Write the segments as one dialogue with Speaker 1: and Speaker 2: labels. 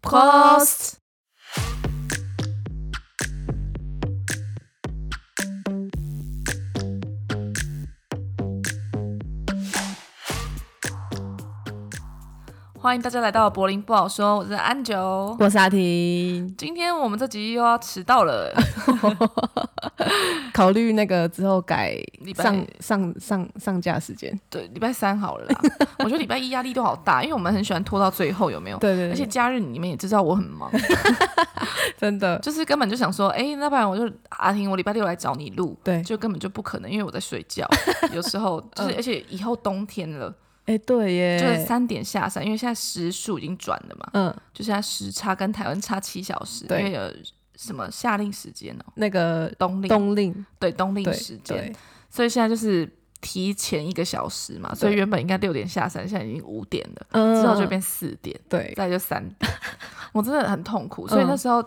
Speaker 1: Prost！欢迎大家来到柏林不好说，我是安九。
Speaker 2: 我是阿婷，
Speaker 1: 今天我们这集又要迟到了，
Speaker 2: 考虑那个之后改
Speaker 1: 礼拜
Speaker 2: 上上上上架时间。
Speaker 1: 对，礼拜三好了 啦。我觉得礼拜一压力都好大，因为我们很喜欢拖到最后，有没有？
Speaker 2: 对对
Speaker 1: 哦而
Speaker 2: 对
Speaker 1: 且，假日你们也知道我很忙，
Speaker 2: 真的
Speaker 1: 就是根本就想说，哎、那不然我就阿婷，我礼拜六来找你录，
Speaker 2: 对
Speaker 1: 就根本就不可能，因为我在睡觉。有时 候就是，而且以后冬天了，
Speaker 2: 哎、嗯对耶，
Speaker 1: 就是三点下山，因为现在时数已经转了嘛，
Speaker 2: 嗯，
Speaker 1: 就现在时差跟台湾差七小时，因
Speaker 2: 对
Speaker 1: 为有什么夏令时间哦、
Speaker 2: 那个
Speaker 1: 冬令
Speaker 2: 冬令
Speaker 1: 对冬令
Speaker 2: 对
Speaker 1: 时间
Speaker 2: 对，，
Speaker 1: 所以现在就是提前一个小时嘛，所以原本应该六点下山，现在已经五点了，
Speaker 2: 嗯
Speaker 1: 之后就变四点，
Speaker 2: 对
Speaker 1: 再就三点， 我真的很痛苦，
Speaker 2: 嗯
Speaker 1: 所以那时候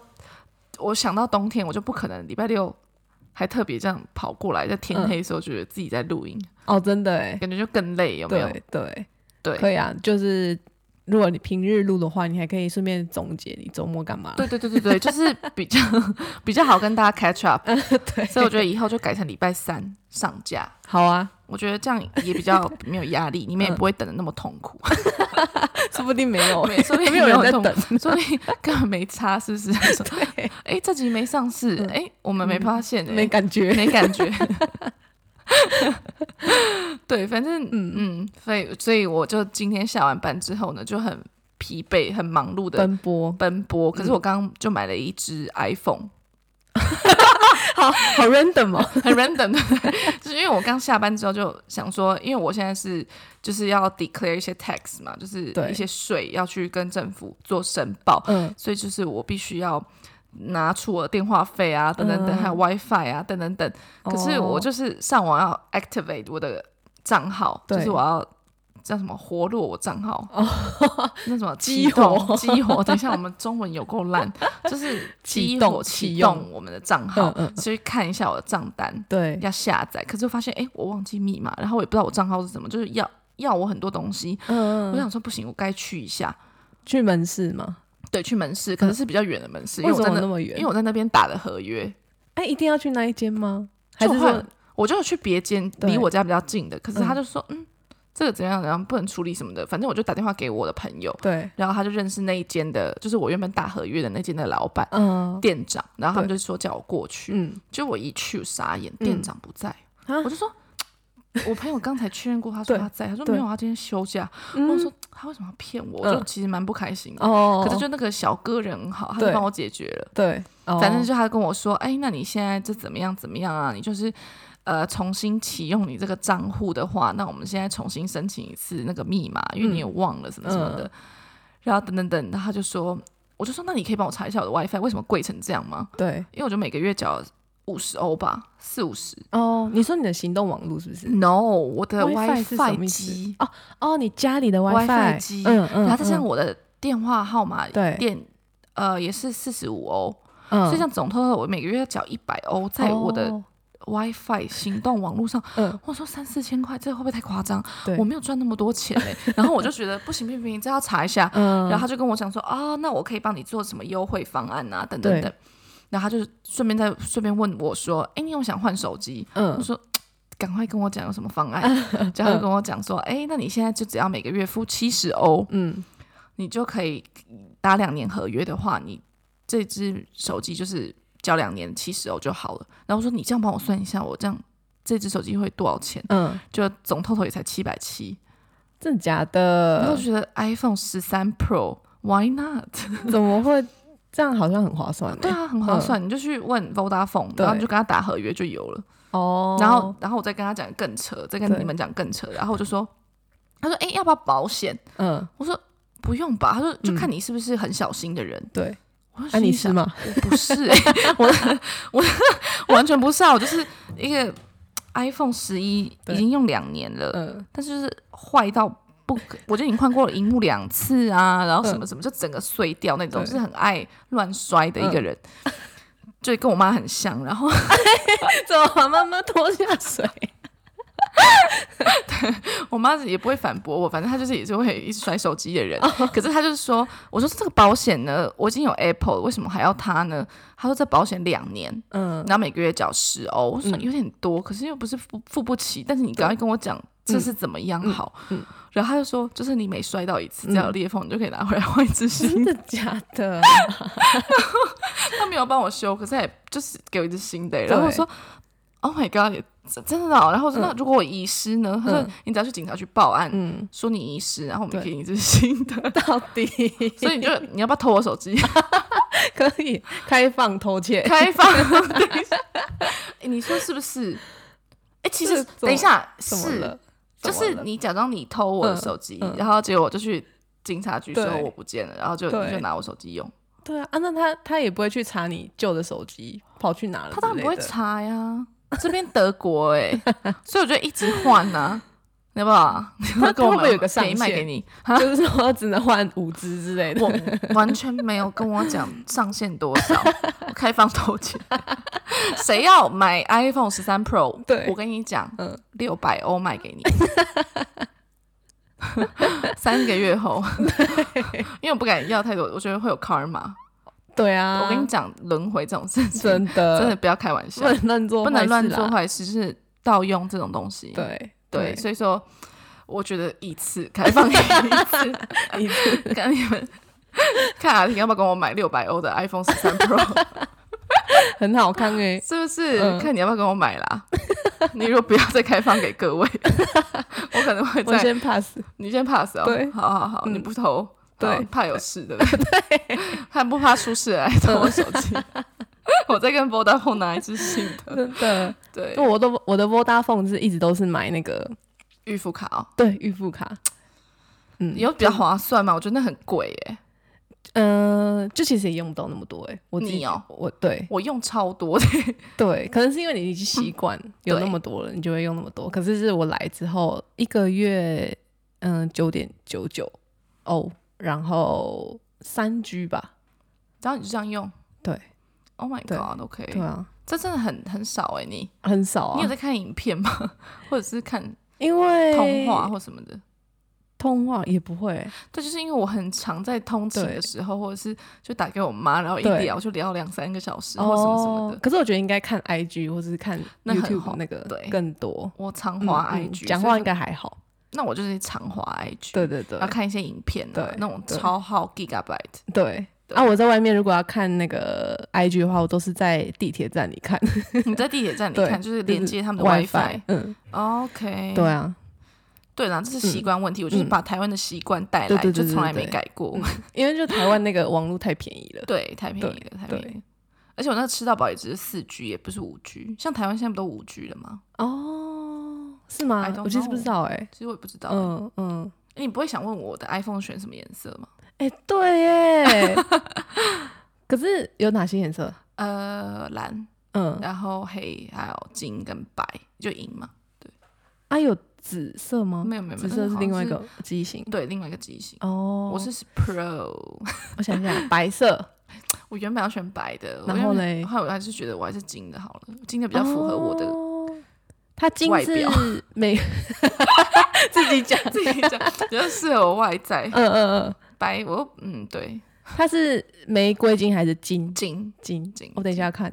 Speaker 1: 我想到冬天，我就不可能礼拜六。还特别这样跑过来，在天
Speaker 2: 嗯
Speaker 1: 黑的时候，觉得自己在录音，
Speaker 2: 哦，真的哎，
Speaker 1: 感觉就更累，有没有？
Speaker 2: 对对
Speaker 1: 对
Speaker 2: 可以啊，就是如果你平日录的话，你还可以顺便总结你周末干嘛。
Speaker 1: 对对对对对，就是比 较比较好跟大家 catch up，
Speaker 2: 嗯对，
Speaker 1: 所以我觉得以后就改成礼拜三上架，
Speaker 2: 好啊，
Speaker 1: 我觉得这样也比较没有压力，你
Speaker 2: 嗯
Speaker 1: 们也不会等的那么痛苦，
Speaker 2: 说不定没有，
Speaker 1: 没说不定
Speaker 2: 哦 没有人在
Speaker 1: 没有
Speaker 2: 等。
Speaker 1: 所以根本没差，是不 是？ 哎，这集没上市，哎，我们没发现，哎
Speaker 2: 嗯没感觉，
Speaker 1: 没感 觉。对，反正嗯嗯，所以所以我就今天下完班之后呢，就很疲惫、很忙碌的
Speaker 2: 奔波，
Speaker 1: 奔波。可是我刚刚就买了一只 iPhone，
Speaker 2: 好好 random 哦，
Speaker 1: 很 random 的，就是因为我刚下班之后就想说，因为我现在是就是要 declare 一些 tax 嘛，就是
Speaker 2: 对
Speaker 1: 一些税要去跟政府做申报，
Speaker 2: 嗯，
Speaker 1: 所以就是我必须要拿出我的电话费啊，等等等，
Speaker 2: 嗯哦
Speaker 1: 还有 WiFi 啊，等等等。可是我就是上网要 activate 我的账号，
Speaker 2: 对
Speaker 1: 就是我要。叫什么活络我账号？那 什么
Speaker 2: 哦激
Speaker 1: 动
Speaker 2: 活
Speaker 1: 激活？等一下，我们中文有够烂， 就是
Speaker 2: 启
Speaker 1: 激
Speaker 2: 动
Speaker 1: 活
Speaker 2: 启
Speaker 1: 启
Speaker 2: 用
Speaker 1: 动我们的账号
Speaker 2: 嗯嗯，
Speaker 1: 去看一下我的账单。
Speaker 2: 对，
Speaker 1: 要下载，可是我发现哎、诶我忘记密码，然后我也不知道我账号是什么，就是要要我很多东西。
Speaker 2: 嗯，
Speaker 1: 我
Speaker 2: 嗯
Speaker 1: 想说不行，我该去一下，
Speaker 2: 去门市吗？
Speaker 1: 对，去门市，可能是比较远的门市，因
Speaker 2: 嗯为
Speaker 1: 为
Speaker 2: 什
Speaker 1: 我在
Speaker 2: 么那
Speaker 1: 那，
Speaker 2: 么远？
Speaker 1: 因为我在那边打的合约，
Speaker 2: 哎、一定要去那一间吗？还
Speaker 1: 就是换
Speaker 2: 说，
Speaker 1: 我就有去别间
Speaker 2: 对
Speaker 1: 离我家比较近的，可是
Speaker 2: 嗯
Speaker 1: 他就说嗯这个怎样怎样不能处理什么的，反正我就打电话给我的朋友，
Speaker 2: 对，
Speaker 1: 然后他就认识那一间的，就是我原本打合约的那间的老板。
Speaker 2: 嗯
Speaker 1: 店长，然后他们就说叫我过去，
Speaker 2: 嗯，
Speaker 1: 就我一去我傻眼，
Speaker 2: 嗯
Speaker 1: 店长不在，
Speaker 2: 啊
Speaker 1: 我就说，我朋友刚才确认过，他说
Speaker 2: 对
Speaker 1: 他在，他说
Speaker 2: 对
Speaker 1: 没有，他啊今天休假。我
Speaker 2: 嗯
Speaker 1: 说他为什么要骗我？我就
Speaker 2: 嗯
Speaker 1: 其实蛮不开心的。
Speaker 2: 哦，
Speaker 1: 可是就那个小哥人很好，他
Speaker 2: 对
Speaker 1: 就帮我解决了。
Speaker 2: 对，哦
Speaker 1: 反正就他跟我说，哎，那你现在这怎么样怎么样啊？你就是。呃，重新启用你这个账户的话，那我们现在重新申请一次那个密码，因为你也忘了什么什么的。然后等等等，然后他就说，我就说，那你可以帮我查一下我的 WiFi 为什么贵成这样吗？
Speaker 2: 对，
Speaker 1: 因为我就每个月缴五十欧吧，四五十。
Speaker 2: 哦，你说你的行动网络是不是？
Speaker 1: No，我哦的
Speaker 2: WiFi 是什么
Speaker 1: WiFi
Speaker 2: 意思
Speaker 1: 机，？
Speaker 2: 哦哦，你家里的
Speaker 1: WiFi
Speaker 2: WiFi
Speaker 1: 机
Speaker 2: 嗯嗯，
Speaker 1: 然后再加上
Speaker 2: 嗯
Speaker 1: 我的电话号码，
Speaker 2: 对
Speaker 1: 电呃也是四十五欧，
Speaker 2: 嗯，
Speaker 1: 所以像总 total 我每个月要缴一百欧，在我的
Speaker 2: 哦
Speaker 1: WiFi 行动网络上，
Speaker 2: 嗯，
Speaker 1: 我说三四千块，这会不会太夸张？
Speaker 2: 对，
Speaker 1: 我没有赚那么多钱嘞、 然后我就觉得不行不行不行，这要查一下。
Speaker 2: 嗯，
Speaker 1: 然后他就跟我讲说啊，那我可以帮你做什么优惠方案啊，等等
Speaker 2: 对
Speaker 1: 等。然后他就顺便再顺便问我说，哎，你有想换手机？我
Speaker 2: 嗯
Speaker 1: 说。赶快跟我讲有什么方 案，然后他就跟我讲说，哎、那你现在就只要每个月付七十欧，
Speaker 2: 嗯，
Speaker 1: 你就可以打两年合约的话，你这只手机就是交两年七十欧就好了。然后我说你这样帮我算一下，我这样这只手机会多少钱？
Speaker 2: 嗯，
Speaker 1: 就总 total 也才七百七。
Speaker 2: 真的假
Speaker 1: 然后我
Speaker 2: 的？
Speaker 1: 觉得 iPhone 十三 Pro why not？
Speaker 2: 怎么会这样？好像很划算欸。
Speaker 1: 对啊，很划算，你就去问 Vodafone，然后
Speaker 2: 对
Speaker 1: 你就跟他打合约就有了。
Speaker 2: 哦，
Speaker 1: 然后然后我再跟他讲更扯，再跟
Speaker 2: 对
Speaker 1: 你们讲更扯。然后我就说，他说哎、要不要保险？
Speaker 2: 嗯，
Speaker 1: 我说不用吧。他说就
Speaker 2: 嗯
Speaker 1: 看你是不是很小心的人。
Speaker 2: 对，
Speaker 1: 我说啊
Speaker 2: 那啊你
Speaker 1: 心
Speaker 2: 是
Speaker 1: 想
Speaker 2: 吗？
Speaker 1: 我不是、 欸，我我我完全不是啊，我就是一个 iPhone 十一
Speaker 2: 对
Speaker 1: 已经用两年了，
Speaker 2: 嗯，
Speaker 1: 但是就是坏到不可，我就已经换过了荧幕两次啊，然后什么什么就整个碎掉那种，
Speaker 2: 嗯对嗯
Speaker 1: 就是很爱乱摔的一个人。就跟我妈很像，然后
Speaker 2: 怎么把妈妈拖下水？
Speaker 1: 我妈也不会反驳我，反正她就是也是会一直甩手机的人。
Speaker 2: 哦
Speaker 1: 可是她就是说，我说这个保险呢，我已经有 Apple，为什么还要它呢？她说这保险两年，
Speaker 2: 嗯，
Speaker 1: 然后每个月缴十欧，我说有点多，可是又不是付付不起，但是你赶快跟我讲这
Speaker 2: 嗯
Speaker 1: 是怎么样好。然后她就说，就是你每摔到一次，只
Speaker 2: 嗯
Speaker 1: 要有裂缝，你就可以拿回来换一只新的
Speaker 2: 真的假 的？
Speaker 1: 他没有帮我修，可是他也就是给我一只新的欸、然后我
Speaker 2: 对
Speaker 1: 说，Oh my god，也真真的、哦。然后我说，那如果我遗失呢？他说，你只要去警察局报案，
Speaker 2: 嗯，
Speaker 1: 说你遗失，然后我们
Speaker 2: 对。
Speaker 1: 给你一只新的
Speaker 2: 到底
Speaker 1: 所以你就你要不要偷我手机？
Speaker 2: 可以开放偷窃？
Speaker 1: 开 放？等一下 欸你说是不是？哎、其
Speaker 2: 这
Speaker 1: 实
Speaker 2: 怎么
Speaker 1: 等一下
Speaker 2: 怎么
Speaker 1: 是
Speaker 2: 了？
Speaker 1: 就
Speaker 2: 怎么
Speaker 1: 是
Speaker 2: 了
Speaker 1: 你假装你偷我的
Speaker 2: 嗯
Speaker 1: 手机，
Speaker 2: 嗯
Speaker 1: 然后结果我就去警察局说
Speaker 2: 对
Speaker 1: 我不见了，然后就
Speaker 2: 对
Speaker 1: 你就拿我手机用，
Speaker 2: 对啊，啊，那他他也不会去查你旧的手机跑去哪了之类
Speaker 1: 他
Speaker 2: 的，
Speaker 1: 当然不会查呀。这边德国 哎、所以我就一直换啊，要不要？
Speaker 2: 他
Speaker 1: 跟我
Speaker 2: 会不会有
Speaker 1: 买
Speaker 2: 个上
Speaker 1: 便宜卖给
Speaker 2: 限
Speaker 1: 你？
Speaker 2: 就是说只能换五只之类的。
Speaker 1: 我完全没有跟我讲上限多 少，我开放投钱。谁要买 iPhone 十三 Pro？
Speaker 2: 对
Speaker 1: 我跟你讲
Speaker 2: 嗯，
Speaker 1: 六百欧卖给 你。三个月后，因为我不敢要太多，我觉得会有 karma。
Speaker 2: 对啊，
Speaker 1: 我跟你讲，轮回这种事情，
Speaker 2: 真的
Speaker 1: 真的不要开玩笑
Speaker 2: 不，能乱做，
Speaker 1: 不能乱做。坏事，就是盗用这种东西。
Speaker 2: 对
Speaker 1: 对，所以说，我觉得一次开放一次，
Speaker 2: 以
Speaker 1: 看你们看阿婷要不要跟我买六百欧的 iPhone 十三 Pro，
Speaker 2: 很好 看哎，
Speaker 1: 是不是？
Speaker 2: 嗯
Speaker 1: 看你要不要跟我买啦。 你如果不要再开放给各位， 我可能会
Speaker 2: 我
Speaker 1: 在
Speaker 2: 先 pass。
Speaker 1: 你先 pass 哦。
Speaker 2: 对
Speaker 1: 好好好，
Speaker 2: 嗯
Speaker 1: 你不投，
Speaker 2: 对
Speaker 1: 好怕有事 的，对，看不怕出事来偷我手机。
Speaker 2: 嗯
Speaker 1: 我再跟 Vodafone 拿一支新的，
Speaker 2: 真 的，
Speaker 1: 对，
Speaker 2: 我的我的 Vodafone 是一直都是买那个
Speaker 1: 预付卡哦，
Speaker 2: 对预付卡，嗯，
Speaker 1: 有比较划算吗？我觉得那很贵耶，
Speaker 2: 嗯，就其实也用不到那么多哎，我自己
Speaker 1: 你哦
Speaker 2: 我对
Speaker 1: 我用超多的。
Speaker 2: 对，可能是因为你已经习惯有那么多了，你就会用那么多。可是是我来之后一个月，嗯，九点九九哦，然后三 G 吧，
Speaker 1: 然后你就这样用
Speaker 2: 对
Speaker 1: ，Oh my
Speaker 2: 对
Speaker 1: God，OK，、
Speaker 2: 对啊，
Speaker 1: 这真的很很少哎、你、
Speaker 2: 很少
Speaker 1: 你有
Speaker 2: 啊，
Speaker 1: 在看影片吗？ 或者是看
Speaker 2: 因为
Speaker 1: 通话或什么的？
Speaker 2: 通话也不会，
Speaker 1: 对，就是因为我很常在通勤
Speaker 2: 对
Speaker 1: 的时候，或者是就打给我妈，然后一
Speaker 2: 对哦
Speaker 1: 聊就聊两三个小时或什么什么的。
Speaker 2: 可是我觉得应该看 IG 或是看
Speaker 1: 哦那很
Speaker 2: YouTube
Speaker 1: 好
Speaker 2: 那个
Speaker 1: 对
Speaker 2: 更多。
Speaker 1: 我常
Speaker 2: 嗯
Speaker 1: 滑
Speaker 2: 嗯
Speaker 1: IG，、
Speaker 2: 讲、话应，该还好。
Speaker 1: 那我就是常滑 IG，
Speaker 2: 对对对
Speaker 1: 然后看一些影片、啊，
Speaker 2: 对
Speaker 1: 那种
Speaker 2: 对
Speaker 1: 超耗 gigabyte，
Speaker 2: 对。
Speaker 1: 对
Speaker 2: 啊，我在外面如果要看那个 IG 的话，我都是在地铁站里看。
Speaker 1: 你在地铁站里
Speaker 2: 对
Speaker 1: 看，就是
Speaker 2: 就是
Speaker 1: 连接他们的哎
Speaker 2: WiFi，
Speaker 1: WiFi，OK，、
Speaker 2: 嗯，
Speaker 1: OK
Speaker 2: 对啊，
Speaker 1: 对啦，这是习惯问题，我就是
Speaker 2: 嗯
Speaker 1: 把台湾的习惯带来，
Speaker 2: 对对对
Speaker 1: 就从来没
Speaker 2: 对对嗯
Speaker 1: 改过。
Speaker 2: 因为就台湾那个网络太便宜了。
Speaker 1: 对，太便宜了，太便宜了。而且我那个吃到饱也只是四 G，也不是五 G。像台湾现在不都五 G 了吗？
Speaker 2: 哦，是
Speaker 1: I
Speaker 2: 吗
Speaker 1: don't？
Speaker 2: 我其实不知道哎、
Speaker 1: 其实我也不知道欸。
Speaker 2: 嗯嗯，
Speaker 1: 欸你不会想问我的 iPhone 选什么颜色吗？
Speaker 2: 哎、对耶。 可是有哪些颜色？
Speaker 1: 呃，蓝，
Speaker 2: 嗯，
Speaker 1: 然后黑，还有金跟白，就银嘛。
Speaker 2: 啊，有紫色吗？
Speaker 1: 没有嗯没有没有
Speaker 2: 紫色是另外一
Speaker 1: 那
Speaker 2: 个机型。
Speaker 1: 对，另外一个机型。
Speaker 2: 哦，
Speaker 1: 我是 Pro，
Speaker 2: 我想一下，白色。
Speaker 1: 我原本要选白的，我
Speaker 2: 然
Speaker 1: 原
Speaker 2: 后
Speaker 1: 本
Speaker 2: 嘞
Speaker 1: 后来我还是觉得我还是金的好了，金的比较符合我的。
Speaker 2: 哦它金
Speaker 1: 外
Speaker 2: 是
Speaker 1: 表
Speaker 2: 美，自己讲。
Speaker 1: 自己讲比较适合我外在
Speaker 2: 嗯嗯嗯，
Speaker 1: 白，我又嗯对
Speaker 2: 它是玫瑰金还是金
Speaker 1: 金
Speaker 2: 金
Speaker 1: 金
Speaker 2: 我等一下要看。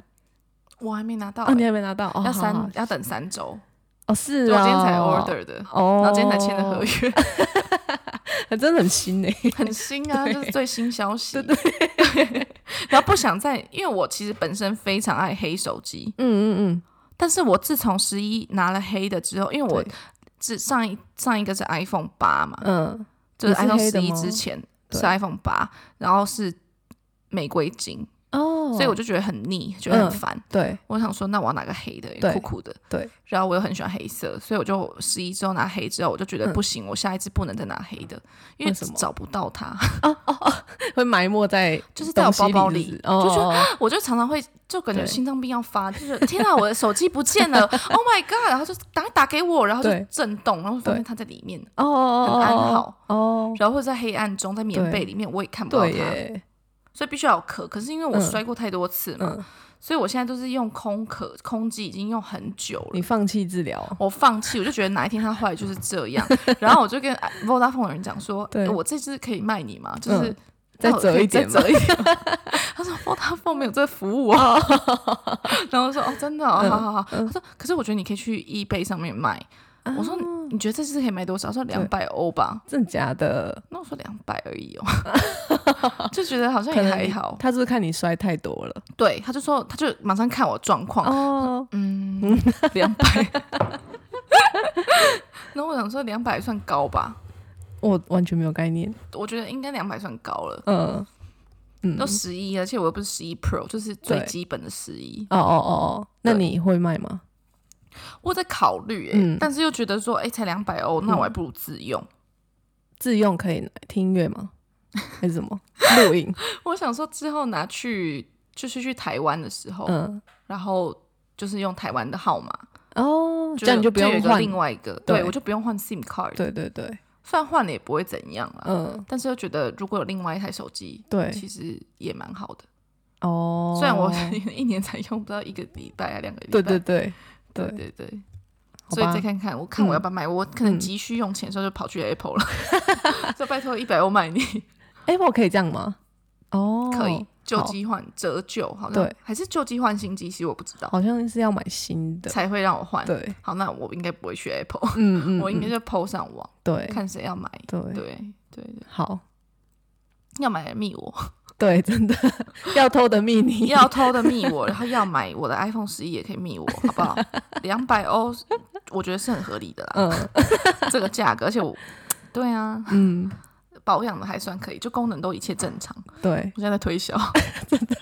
Speaker 1: 我还没拿到
Speaker 2: 哦，你
Speaker 1: 欸，
Speaker 2: 还没拿到？哦，
Speaker 1: 要
Speaker 2: 好
Speaker 1: 三
Speaker 2: 好
Speaker 1: 要等三周，
Speaker 2: 哦，是
Speaker 1: 对
Speaker 2: 啊，
Speaker 1: 我今天才 order 的，
Speaker 2: 哦，
Speaker 1: 然后今天才签的合 约，
Speaker 2: 约，真的很新诶。
Speaker 1: 很新啊，
Speaker 2: 对
Speaker 1: 就是最新消息。对 然后不想再，因为我其实本身非常爱黑手机，
Speaker 2: 嗯嗯
Speaker 1: 但是我自从十一拿了黑的之后，因为我
Speaker 2: 对
Speaker 1: 自上一上一个是 iPhone 八嘛
Speaker 2: 嗯，嗯，
Speaker 1: 就是
Speaker 2: 你是
Speaker 1: iPhone
Speaker 2: 黑
Speaker 1: 十
Speaker 2: 的
Speaker 1: 一
Speaker 2: 吗
Speaker 1: 之前
Speaker 2: 对
Speaker 1: 是 iPhone 八，然后是玫瑰金，
Speaker 2: 哦，
Speaker 1: 所以我就觉得很腻，觉得很烦。
Speaker 2: 对
Speaker 1: 我想说，那我要拿个黑的，
Speaker 2: 对
Speaker 1: 酷酷的。
Speaker 2: 对。
Speaker 1: 然后我又很喜欢黑色，所以我就十一之后拿黑之后，我就觉得
Speaker 2: 嗯
Speaker 1: 不行，我下一次不能再拿黑的，因为
Speaker 2: 为什么
Speaker 1: 找不到它。
Speaker 2: 会埋没在
Speaker 1: 就是在我包包
Speaker 2: 东
Speaker 1: 里
Speaker 2: 西是不是
Speaker 1: 就觉
Speaker 2: 哦，
Speaker 1: 我就常常会就感觉
Speaker 2: 对
Speaker 1: 心脏病要发，就是 天啊，我的手机不见了，Oh my god！然后就打打给我，然后就
Speaker 2: 对
Speaker 1: 震动，然后发现
Speaker 2: 对
Speaker 1: 它在里面，
Speaker 2: 哦哦哦，
Speaker 1: 很暗号
Speaker 2: 哦，
Speaker 1: 然后或者在黑暗中，在棉
Speaker 2: 对
Speaker 1: 被里面我也看不到
Speaker 2: 对
Speaker 1: 它，
Speaker 2: 耶，
Speaker 1: 所以必须要有壳。可是因为我
Speaker 2: 嗯
Speaker 1: 摔过太多次嘛，
Speaker 2: 嗯，
Speaker 1: 所以我现在都是用空壳，空机已经用很久了
Speaker 2: 你。放弃治疗，
Speaker 1: 我放弃，我就觉得哪一天它坏就是这样。然后我就跟 Vodafone 的人讲说，
Speaker 2: 对
Speaker 1: 欸我这只可以卖你吗？就是、
Speaker 2: 嗯再
Speaker 1: 哦
Speaker 2: 折
Speaker 1: 可以
Speaker 2: 一点
Speaker 1: 再
Speaker 2: 嘛
Speaker 1: 折一点吗。他说 Vodafone 没有这个服务啊。 然后我说哦，真的、哦，
Speaker 2: 嗯
Speaker 1: 好好好。他说，可是我觉得你可以去 eBay 上面卖。
Speaker 2: 啊
Speaker 1: 我说你你觉得这只可以卖多少？他说两百欧吧。
Speaker 2: 真的假的？
Speaker 1: 那我说两百而 已哦，就觉得好像
Speaker 2: 可
Speaker 1: 也
Speaker 2: 能
Speaker 1: 还
Speaker 2: 你
Speaker 1: 好。
Speaker 2: 他是不是看你摔太多了？
Speaker 1: 对，他就说，他就马上看我状况，
Speaker 2: 哦，
Speaker 1: 嗯，两百。 然后我想说两百算高吧，
Speaker 2: 我完全没有概念。
Speaker 1: 我觉得应该两百算高了，
Speaker 2: 嗯，嗯，
Speaker 1: 都
Speaker 2: 哦
Speaker 1: 十一，而且我又不是十一 Pro，就是最
Speaker 2: 对
Speaker 1: 基本的十一。
Speaker 2: 哦哦哦，那
Speaker 1: 对
Speaker 2: 你会卖吗？
Speaker 1: 我在考虑、欸，
Speaker 2: 嗯
Speaker 1: 但是又觉得说，哎、才两百欧，那我还不如自用。
Speaker 2: 自用可以听音乐吗？还是什么 录影？
Speaker 1: 我想说之后拿去，就是去台湾的时候，
Speaker 2: 嗯，
Speaker 1: 然后就是用台湾的号码，
Speaker 2: 哦，
Speaker 1: 就
Speaker 2: 这样你就不
Speaker 1: 有
Speaker 2: 用
Speaker 1: 一个
Speaker 2: 换。
Speaker 1: 另外一个，
Speaker 2: 对
Speaker 1: 对我就不用换 SIM card，
Speaker 2: 对对对，
Speaker 1: 虽然换了也不会怎样啦，
Speaker 2: 嗯，
Speaker 1: 但是又觉得如果有另外一台手机，
Speaker 2: 对，
Speaker 1: 啊其实也蛮好的。
Speaker 2: 哦，
Speaker 1: 虽然我 一年才用不到一个礼拜啊，两个礼拜。
Speaker 2: 对对对对
Speaker 1: 对，对对，
Speaker 2: 好
Speaker 1: 所以
Speaker 2: 吧嗯
Speaker 1: 再，看看，我看我要不要买，我可能急需用钱的时候就跑去 Apple 了， 就拜托一百欧买你，
Speaker 2: Apple 哎可以这样吗？哦，
Speaker 1: 可以，旧机换折旧，好像
Speaker 2: 对
Speaker 1: 还是旧机换新机，其实我不知道，
Speaker 2: 好像是要买新的。
Speaker 1: 才会让我换。
Speaker 2: 对，
Speaker 1: 好，那我应该不会去 Apple，
Speaker 2: 嗯嗯，
Speaker 1: 我应该
Speaker 2: 嗯
Speaker 1: 就 PO 上网
Speaker 2: 对
Speaker 1: 看谁要买，
Speaker 2: 对，
Speaker 1: 对对对，
Speaker 2: 好，
Speaker 1: 要买的密我，
Speaker 2: 对，真的要偷的秘密
Speaker 1: 要偷的密我，然后要买我的 iPhone 十一也可以密我，好不好？两百欧，我觉得是很合理的啦。
Speaker 2: 嗯
Speaker 1: 这个价格，而且我，对啊，
Speaker 2: 嗯，
Speaker 1: 保养的还算可以，就功能都一切正常。
Speaker 2: 对，
Speaker 1: 我现在在推销， 真的。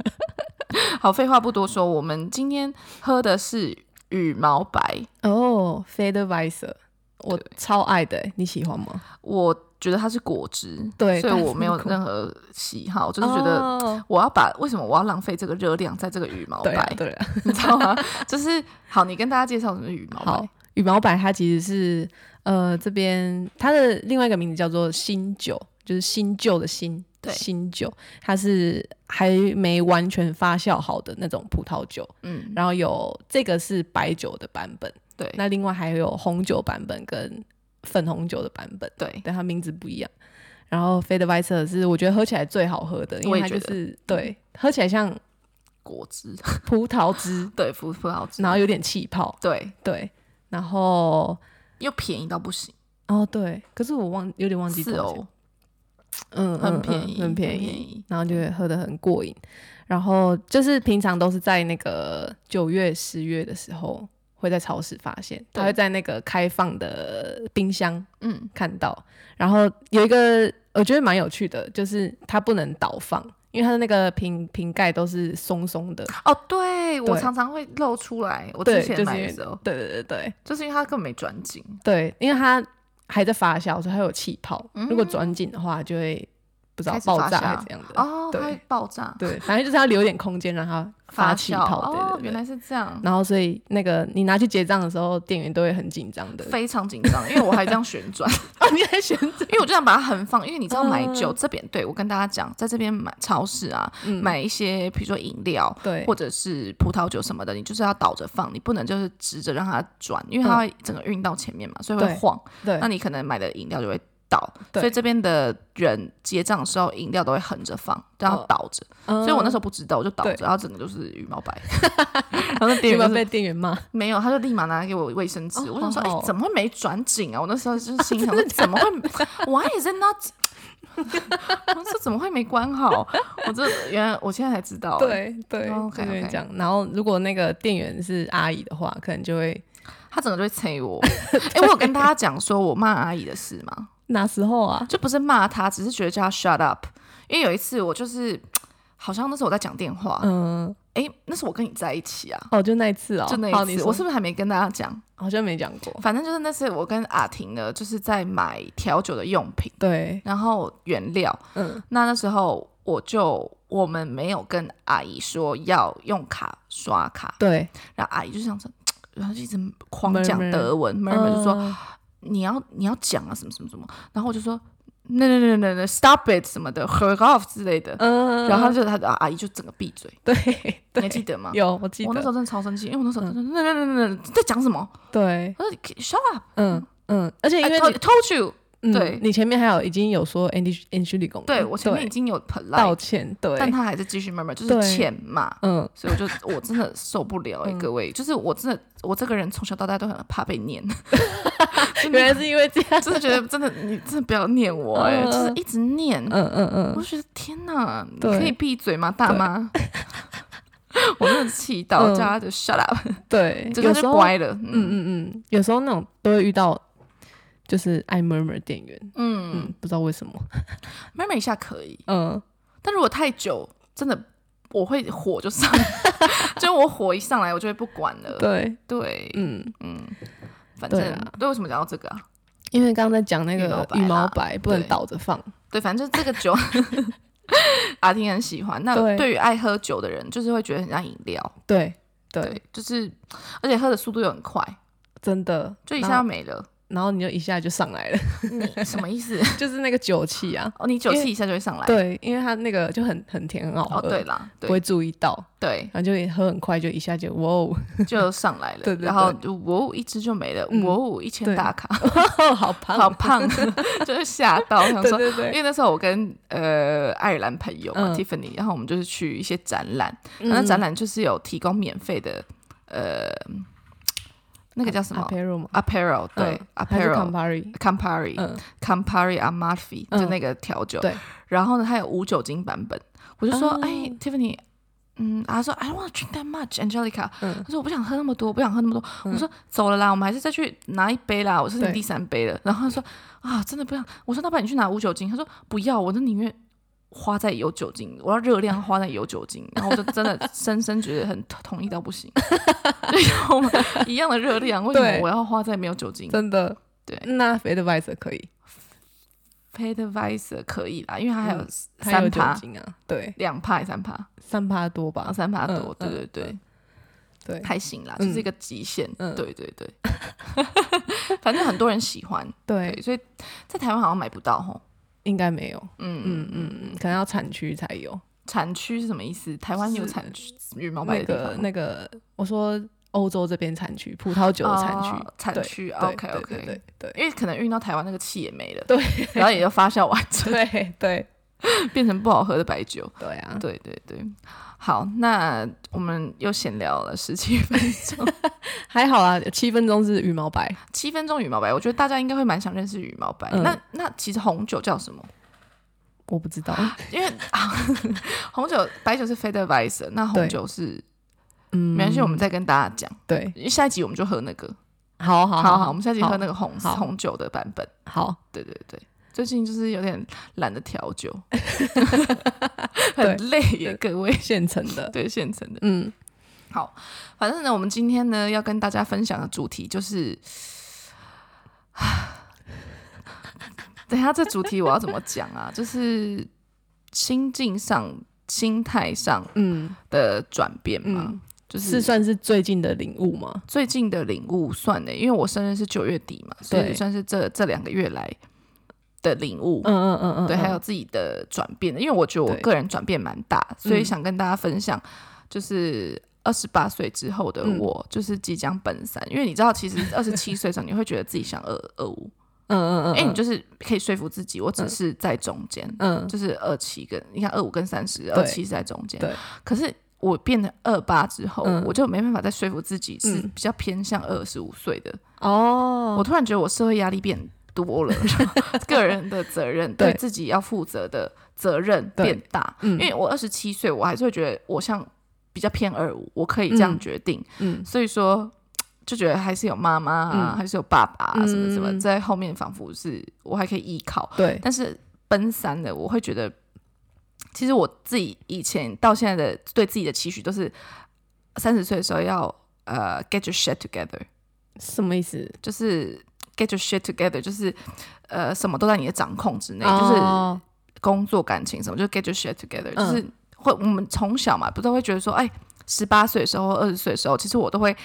Speaker 1: 好，废话不多说，我们今天喝的是羽毛白，
Speaker 2: 哦 f a d e r Visor，我
Speaker 1: 对
Speaker 2: 超爱的欸，你喜欢吗？
Speaker 1: 我觉得它是果汁，
Speaker 2: 对
Speaker 1: 所以
Speaker 2: 它
Speaker 1: 我
Speaker 2: 是
Speaker 1: 没有
Speaker 2: 果
Speaker 1: 任何喜好，就是觉得。
Speaker 2: 哦
Speaker 1: 我要把为什么我要浪费这个热量在这个羽毛
Speaker 2: 对
Speaker 1: 白，
Speaker 2: 啊对啊，
Speaker 1: 你知道吗？ 就是好，你跟大家介绍什么是羽毛
Speaker 2: 好
Speaker 1: 白？，
Speaker 2: 羽毛白它其实是呃这边它的另外一个名字叫做新酒，就是新旧的新。
Speaker 1: 对
Speaker 2: 新酒，它是还没完全发酵好的那种葡萄酒，
Speaker 1: 嗯，
Speaker 2: 然后有这个是白酒的版本，
Speaker 1: 对，
Speaker 2: 那另外还有红酒版本跟粉红酒的版本，
Speaker 1: 对，
Speaker 2: 但它名字不一样。然后 Fade Visor 是我觉得喝起来最好喝的，因
Speaker 1: 我
Speaker 2: 为
Speaker 1: 也
Speaker 2: 它就
Speaker 1: 觉得
Speaker 2: 是对喝起来像
Speaker 1: 果汁，，
Speaker 2: 葡萄汁
Speaker 1: 对，葡葡萄汁，
Speaker 2: 然后有点气泡，
Speaker 1: 对，
Speaker 2: 对，然后
Speaker 1: 又便宜到不行，
Speaker 2: 哦对，可是我忘有点忘记
Speaker 1: 四
Speaker 2: 多少
Speaker 1: 欧
Speaker 2: 钱，，嗯，
Speaker 1: 哦很
Speaker 2: 嗯
Speaker 1: 便宜
Speaker 2: 嗯很便
Speaker 1: 很便
Speaker 2: 宜
Speaker 1: 宜，嗯
Speaker 2: 然后就会喝得很过瘾。然后就是平常都是在那个九月、十月的时候会在超市发现，它
Speaker 1: 对
Speaker 2: 会在那个开放的冰箱
Speaker 1: 嗯，
Speaker 2: 看到。然后有一个我觉得蛮有趣的，就是它不能倒放，因为它的那个瓶瓶盖都是松松的。
Speaker 1: 哦，对我
Speaker 2: 对
Speaker 1: 常常会露出来，我之
Speaker 2: 对，
Speaker 1: 前
Speaker 2: 就是
Speaker 1: 买
Speaker 2: 因
Speaker 1: 的
Speaker 2: 为
Speaker 1: 时候，
Speaker 2: 对对对对
Speaker 1: 就是因为它根本没转紧，
Speaker 2: 对，因为它还在发酵，所以它有气泡。
Speaker 1: 嗯
Speaker 2: 如果转紧的话，就会不知道
Speaker 1: 开始
Speaker 2: 爆
Speaker 1: 发
Speaker 2: 炸
Speaker 1: 酵
Speaker 2: 还是怎样的。
Speaker 1: 哦，它
Speaker 2: 对
Speaker 1: 会爆炸，
Speaker 2: 对，反正就是要留一点空 间让它
Speaker 1: 发
Speaker 2: 气
Speaker 1: 酵，
Speaker 2: 泡。对
Speaker 1: 哦
Speaker 2: 对，对
Speaker 1: 原来是这样，
Speaker 2: 然后所以那个你拿去结账的时候，店员都会很紧张的。
Speaker 1: 非常紧张，因为我还这样旋转，
Speaker 2: 哦，你 还选择
Speaker 1: 因为我就想把它横放，因为你知道买酒
Speaker 2: 嗯
Speaker 1: 这边，对我跟大家讲，在这边买超市啊，
Speaker 2: 嗯
Speaker 1: 买一些比如说饮料。
Speaker 2: 对
Speaker 1: 或者是葡萄酒什么的，你就是要倒着放，你不能就是直着让它转，因为它
Speaker 2: 嗯
Speaker 1: 会整个运到前面嘛，所以会
Speaker 2: 对
Speaker 1: 晃。
Speaker 2: 对
Speaker 1: 那你可能买的饮料就会倒，
Speaker 2: 对
Speaker 1: 所以这边的人结账的时候，饮料都会横着放，都要
Speaker 2: 哦
Speaker 1: 倒着。所以我那时候不知道，我就倒着，
Speaker 2: 对
Speaker 1: 然后整个就是羽毛 白。然后那店员
Speaker 2: 有没有
Speaker 1: 就是哦
Speaker 2: 被店员骂？
Speaker 1: 没有，他就立马拿给我卫生纸。
Speaker 2: 哦
Speaker 1: 我想说，哎、
Speaker 2: 好好哦
Speaker 1: 怎么会没转紧啊？我那时候就是心想 说，怎么会？Why is it not？我说怎么会没关好？我这原来我现在才知道、哎，
Speaker 2: 对对，
Speaker 1: 哦，OK，
Speaker 2: 就会
Speaker 1: OK
Speaker 2: 这样。然后如果那个店员是阿姨的话，可能就会
Speaker 1: 他整个就会催 我。哎、我有跟大家讲说我骂阿姨的事吗？
Speaker 2: 哪时候啊？
Speaker 1: 就不是骂他，只是觉得叫他 shut up。因为有一次我就是，好像那时候我在讲电话，
Speaker 2: 嗯，
Speaker 1: 哎、那时候我跟你在一起啊，
Speaker 2: 哦，就那一次哦，
Speaker 1: 就那
Speaker 2: 好
Speaker 1: 一
Speaker 2: 你
Speaker 1: 次，
Speaker 2: 说
Speaker 1: 我是不是还没跟大家讲？
Speaker 2: 好像没讲过。
Speaker 1: 反正就是那次我跟阿婷呢，就是在买调酒的用品，
Speaker 2: 对，
Speaker 1: 然后原料。
Speaker 2: 嗯，
Speaker 1: 那那时候我就我们没有跟阿姨说要用卡刷卡，
Speaker 2: 对，
Speaker 1: 然后阿姨就想说，然后就一直狂
Speaker 2: Murmur
Speaker 1: 讲德文，妹妹就说
Speaker 2: 嗯
Speaker 1: 你要你要讲啊什么什么什么，然后我就说那那那那那 stop it 什么的，her off 之类的，
Speaker 2: 嗯
Speaker 1: 然后就他的阿姨就整个闭嘴，
Speaker 2: 对
Speaker 1: 你
Speaker 2: 对
Speaker 1: 还记得吗？
Speaker 2: 有我记
Speaker 1: 我那时
Speaker 2: 得，
Speaker 1: 候真的超生气，因为我那时候真的那那那那在讲什么？
Speaker 2: 对，
Speaker 1: 我说 shut up，
Speaker 2: 嗯嗯，而且因为
Speaker 1: I told-
Speaker 2: 你
Speaker 1: told you，
Speaker 2: 嗯
Speaker 1: 哎对
Speaker 2: 你前面还有已经有说 Andy Andy 理工，
Speaker 1: 对我前面已经有
Speaker 2: 道
Speaker 1: polite，
Speaker 2: 歉，对，
Speaker 1: 但他还是继续 murmur，就
Speaker 2: 对
Speaker 1: 是欠骂。
Speaker 2: 嗯，
Speaker 1: 所以我就我真的受不了哎、
Speaker 2: 嗯
Speaker 1: 各位，就是我真的我这个人从小到大都很怕被 念，真
Speaker 2: 原
Speaker 1: 的
Speaker 2: 来是因为这样，
Speaker 1: 真的觉得真的你真的不要念我哎、
Speaker 2: 嗯
Speaker 1: 就是一直念，
Speaker 2: 嗯嗯嗯
Speaker 1: 我就觉得天哪，你
Speaker 2: 对
Speaker 1: 可以闭嘴吗，大妈？ 我真的气到
Speaker 2: 嗯
Speaker 1: 叫他就 shut up，
Speaker 2: 嗯，对，
Speaker 1: 就
Speaker 2: 有
Speaker 1: 他
Speaker 2: 时
Speaker 1: 就
Speaker 2: 候，
Speaker 1: 乖了，嗯
Speaker 2: 嗯嗯嗯，有时候那种都会遇到，就是爱 murmur 店员，
Speaker 1: 嗯，
Speaker 2: 嗯，不知道为什么，
Speaker 1: 妹妹一下可以，
Speaker 2: 嗯
Speaker 1: 但如果太久，真的我会火就上， 就我火一上来，我就会不管了，
Speaker 2: 对，
Speaker 1: 对，
Speaker 2: 嗯，
Speaker 1: 嗯，反
Speaker 2: 对
Speaker 1: 正
Speaker 2: 啊
Speaker 1: 对，为什么讲到这个啊？
Speaker 2: 因为刚刚在讲那
Speaker 1: 羽毛
Speaker 2: 个
Speaker 1: 白
Speaker 2: 羽
Speaker 1: 啦
Speaker 2: 毛白不能
Speaker 1: 对
Speaker 2: 倒着放，
Speaker 1: 对，反正这个酒，阿婷很喜欢。那
Speaker 2: 对
Speaker 1: 对于爱喝酒的人，就是会觉得很像饮料，
Speaker 2: 对对，
Speaker 1: 对，就是而且喝的速度又很快，
Speaker 2: 真的，
Speaker 1: 就一
Speaker 2: 然
Speaker 1: 下
Speaker 2: 后
Speaker 1: 要没了。
Speaker 2: 然后你就一下就上来了，
Speaker 1: 你什么意思？
Speaker 2: 就是那个酒气啊，
Speaker 1: 哦，你酒
Speaker 2: 因为
Speaker 1: 气一下就会上来。
Speaker 2: 对，因为它那个就很很甜，很好
Speaker 1: 哦，
Speaker 2: 喝，
Speaker 1: 对啦，
Speaker 2: 不
Speaker 1: 对
Speaker 2: 会注意到，
Speaker 1: 对，
Speaker 2: 然后就喝很快，就一下就 哇哦，
Speaker 1: 就上来了。
Speaker 2: 对对
Speaker 1: 然后就哇，一支就没了，
Speaker 2: 嗯
Speaker 1: 哇，一千
Speaker 2: 对
Speaker 1: 大卡，
Speaker 2: 好胖，
Speaker 1: 好胖，就是吓到，我想
Speaker 2: 对
Speaker 1: 说。
Speaker 2: 对
Speaker 1: 因
Speaker 2: 对，
Speaker 1: 为那时候我跟呃爱尔兰朋友嘛、
Speaker 2: 嗯
Speaker 1: Tiffany，然后我们就是去一些展览，
Speaker 2: 嗯
Speaker 1: 那展览就是有提供免费的呃，那个叫什么？
Speaker 2: ？Apero 吗？
Speaker 1: Apparel 对
Speaker 2: 嗯还是
Speaker 1: Apparel
Speaker 2: Campari？
Speaker 1: Campari
Speaker 2: 嗯
Speaker 1: Campari Amalfi
Speaker 2: 嗯
Speaker 1: 就那个调酒，
Speaker 2: 对。
Speaker 1: 然后呢，它有无酒精版本，我就说
Speaker 2: 哦，
Speaker 1: 哎，Tiffany，嗯，他说 I don't want to drink that much Angelica，
Speaker 2: 嗯
Speaker 1: 他说我不想喝那么多，我不想喝那么多。我说走了啦，我们还是再去拿一杯啦，我是你
Speaker 2: 对
Speaker 1: 第三杯
Speaker 2: 嗯
Speaker 1: 了。然后他说啊，真的不想。我说那不然你去拿无酒精，他说不要，我就宁愿。花在有酒精，我要热量花在有酒 精，然后我就真的深深觉得很同意到不行， 就有一样的热量，为什么
Speaker 2: 对
Speaker 1: 我要花在没有酒精？
Speaker 2: 真的，
Speaker 1: 对
Speaker 2: 那肥的 v i s e 可以，
Speaker 1: p a i d v i s e r 可以啦，因为它还有
Speaker 2: 嗯它有
Speaker 1: 三
Speaker 2: 酒
Speaker 1: 趴、
Speaker 2: 精啊，对，
Speaker 1: 两趴、三趴、
Speaker 2: 三趴多吧
Speaker 1: 啊，，三趴
Speaker 2: 嗯
Speaker 1: 多，对
Speaker 2: 嗯
Speaker 1: 对对，
Speaker 2: 对，
Speaker 1: 还行啦，
Speaker 2: 嗯
Speaker 1: 就是一个极限，
Speaker 2: 嗯
Speaker 1: 对对对。 反正很多人喜欢，对，
Speaker 2: 对，
Speaker 1: 所以在台湾好像买不到吼。
Speaker 2: 应该没有，
Speaker 1: 嗯，
Speaker 2: 嗯嗯嗯，可能要产区才有，
Speaker 1: 产区是什么意思？台湾有
Speaker 2: 是
Speaker 1: 产区羽毛白
Speaker 2: 那
Speaker 1: 的地方
Speaker 2: 个
Speaker 1: 吗
Speaker 2: 那个，我说欧洲这边产区，葡萄酒的产区
Speaker 1: 哦产
Speaker 2: 对
Speaker 1: 区
Speaker 2: 对
Speaker 1: ，OK
Speaker 2: 对
Speaker 1: OK，
Speaker 2: 对对
Speaker 1: 因为可能运到台湾那个气也没了，
Speaker 2: 对，
Speaker 1: 然后也就发酵完成，
Speaker 2: 对 对对
Speaker 1: 变成不好喝的白酒。
Speaker 2: 对啊，
Speaker 1: 对对对，好，那我们又闲聊了十七分钟。
Speaker 2: 还好啦，七分钟是羽毛白，
Speaker 1: 七分钟羽毛白，我觉得大家应该会蛮想认识羽毛白。
Speaker 2: 嗯
Speaker 1: 那那其实红酒叫什么？
Speaker 2: 我不知道，
Speaker 1: 因为、 啊、红酒白酒是 f e d e r w e i s e 那红酒是
Speaker 2: 嗯，
Speaker 1: 没关系，我们再跟大家讲。
Speaker 2: 对，
Speaker 1: 因为下一集我们就喝那个，
Speaker 2: 好好
Speaker 1: 好
Speaker 2: 好，
Speaker 1: 我们下一集喝那
Speaker 2: 个，
Speaker 1: 个红
Speaker 2: 好
Speaker 1: 红酒的版本。
Speaker 2: 好，
Speaker 1: 对对对，最近就是有点懒得调酒，
Speaker 2: 对
Speaker 1: 很累耶，各位。
Speaker 2: 现成的，
Speaker 1: 对现成的，
Speaker 2: 嗯，
Speaker 1: 好，反正呢，我们今天呢要跟大家分享的主题就是， 等一下这主题我要怎么讲啊？ 就是心境上、心态上
Speaker 2: 嗯
Speaker 1: 的转变嘛，
Speaker 2: 嗯
Speaker 1: 就是是
Speaker 2: 算是最近的领悟吗？
Speaker 1: 最近的领悟算的，因为我生日是九月底嘛，所以
Speaker 2: 对
Speaker 1: 算是这这两个月来的领悟。
Speaker 2: 嗯嗯嗯嗯，
Speaker 1: 对，
Speaker 2: 嗯
Speaker 1: 还有自己的转变的，因为我觉得我
Speaker 2: 对
Speaker 1: 个人转变蛮大，所以
Speaker 2: 嗯
Speaker 1: 想跟大家分享，就是二十八岁之后的
Speaker 2: 嗯
Speaker 1: 我，就是即将奔三。因为你知道， 其实二十七岁的时候，你会觉得自己想二二五，
Speaker 2: 嗯嗯嗯，
Speaker 1: 因为哎你
Speaker 2: 嗯
Speaker 1: 就是可以说服自己，我只是在中间，
Speaker 2: 嗯
Speaker 1: 就是二七跟你看二五跟三十，二七是在中间
Speaker 2: 对。
Speaker 1: 可是我变成二八之后，
Speaker 2: 嗯
Speaker 1: 我就没办法再说服自己是
Speaker 2: 嗯
Speaker 1: 比较偏向二十五岁的
Speaker 2: 哦，
Speaker 1: 我突然觉得我社会压力变多了， 然后个人的责任
Speaker 2: 对
Speaker 1: 对自己要负责的责任
Speaker 2: 对
Speaker 1: 变大。
Speaker 2: 嗯
Speaker 1: 因为我二十七岁，我还是会觉得我像比较偏二五，我可以这样
Speaker 2: 嗯
Speaker 1: 决定。
Speaker 2: 嗯
Speaker 1: 所以说，就觉得还是有妈妈啊，
Speaker 2: 嗯
Speaker 1: 还是有爸爸啊，什么什么，
Speaker 2: 嗯
Speaker 1: 在后面仿佛是我还可以依靠。
Speaker 2: 对，
Speaker 1: 但是奔三的，我会觉得，其实我自己以前到现在的对自己的期许都是三十岁的时候要呃 get your shit together。
Speaker 2: 什么意思？
Speaker 1: 就是 get your shit together，就是呃什么都在你的掌控之内，
Speaker 2: 哦
Speaker 1: 就是工作、感情什么，就 get your shit together，、
Speaker 2: 嗯
Speaker 1: 就是会我们从小嘛，不都会觉得说，哎，十八岁的时候、二十岁的时候，其实我都会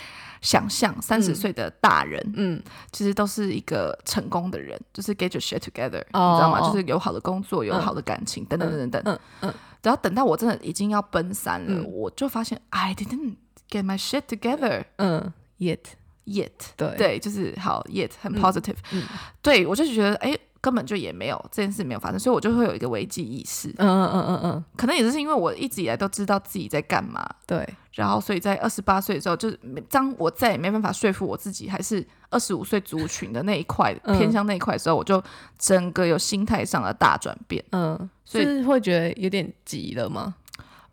Speaker 1: 想象三十岁的大人，
Speaker 2: 嗯，
Speaker 1: 其实都是一个成功的人，就是 get your shit together，、
Speaker 2: 哦
Speaker 1: 你知道吗？
Speaker 2: 哦
Speaker 1: 就是有好的工作，有好的感情，等等等等等。
Speaker 2: 嗯嗯
Speaker 1: 然后等到我真的已经要奔三了，
Speaker 2: 嗯
Speaker 1: 我就发现 I didn't get my shit together
Speaker 2: 嗯，yet，
Speaker 1: yet。
Speaker 2: 对
Speaker 1: 对，就是好 yet 很 positive。
Speaker 2: 嗯
Speaker 1: 对我就觉得哎。根本就也没有这件事没有发生，所以我就会有一个危机意识。
Speaker 2: 嗯嗯嗯嗯嗯，
Speaker 1: 可能也就是因为我一直以来都知道自己在干嘛，
Speaker 2: 对，
Speaker 1: 然后所以在二十八岁的时候，就是没当我再也没办法说服我自己，还是二十五岁族群的那一块、
Speaker 2: 嗯
Speaker 1: 偏向那一块的时候，我就整个有心态上的大转变，
Speaker 2: 嗯，
Speaker 1: 所以
Speaker 2: 是会觉得有点急了吗？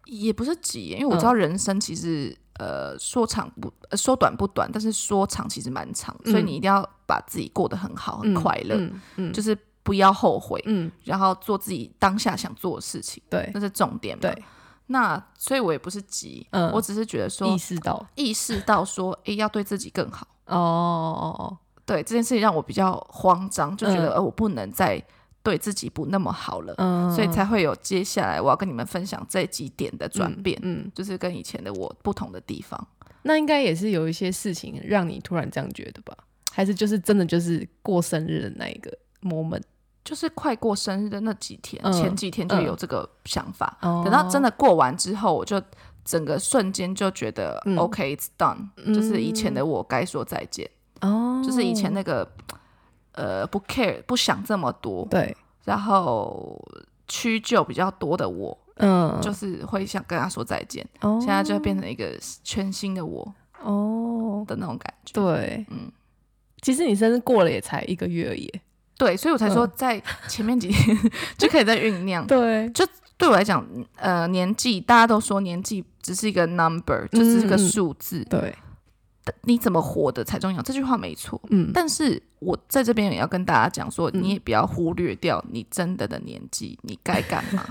Speaker 1: 也不是急，因为我知
Speaker 2: 嗯
Speaker 1: 道人生其实、呃说长不、呃说短不短，但是说长其实蛮长，
Speaker 2: 嗯
Speaker 1: 所以你一定要把自己过得很好、很
Speaker 2: 嗯
Speaker 1: 快乐，
Speaker 2: 嗯嗯
Speaker 1: 就是不要后悔，
Speaker 2: 嗯，
Speaker 1: 然后做自己当下想做的事情，
Speaker 2: 对
Speaker 1: 那是重点嘛。
Speaker 2: 对，
Speaker 1: 那所以我也不是急，
Speaker 2: 嗯
Speaker 1: 我只是觉得说
Speaker 2: 意识到
Speaker 1: 意识到说，诶，要对自己更好。
Speaker 2: 哦哦哦，
Speaker 1: 对这件事情让我比较慌张，就觉得、
Speaker 2: 嗯
Speaker 1: 呃，我不能再对自己不那么好了，
Speaker 2: 嗯，
Speaker 1: 所以才会有接下来我要跟你们分享这几点的转变，
Speaker 2: 嗯，嗯
Speaker 1: 就是跟以前的我不同的地方。
Speaker 2: 那应该也是有一些事情让你突然这样觉得吧？还是就是真的就是过生日的那一个 moment？
Speaker 1: 就是快过生日的那几天，
Speaker 2: 嗯
Speaker 1: 前几天就有这个想法，
Speaker 2: 哦
Speaker 1: 等到真的过完之后，我就整个瞬间就觉得、
Speaker 2: 嗯
Speaker 1: OK it's done，、就是以前的我该说再见，
Speaker 2: 哦，
Speaker 1: 就是以前那个呃不 care 不想这么多，
Speaker 2: 对，
Speaker 1: 然后屈就比较多的我，
Speaker 2: 嗯，
Speaker 1: 就是会想跟他说再见。
Speaker 2: 哦
Speaker 1: 现在就变成一个全新的我
Speaker 2: 哦，
Speaker 1: 的那种感觉。
Speaker 2: 对，
Speaker 1: 嗯，
Speaker 2: 其实你生日过了也才一个月而已，
Speaker 1: 对，所以我才说在前面几 天就可以在酝酿。
Speaker 2: 嗯对，
Speaker 1: 对我来讲，呃，年纪大家都说年纪只是一个 number，就只是
Speaker 2: 嗯
Speaker 1: 个数字，
Speaker 2: 对，
Speaker 1: 你怎么活的才重要。这句话没错，
Speaker 2: 嗯，
Speaker 1: 但是我在这边也要跟大家讲说，
Speaker 2: 嗯
Speaker 1: 你也不要忽略掉你真的的年纪，你该干 嘛。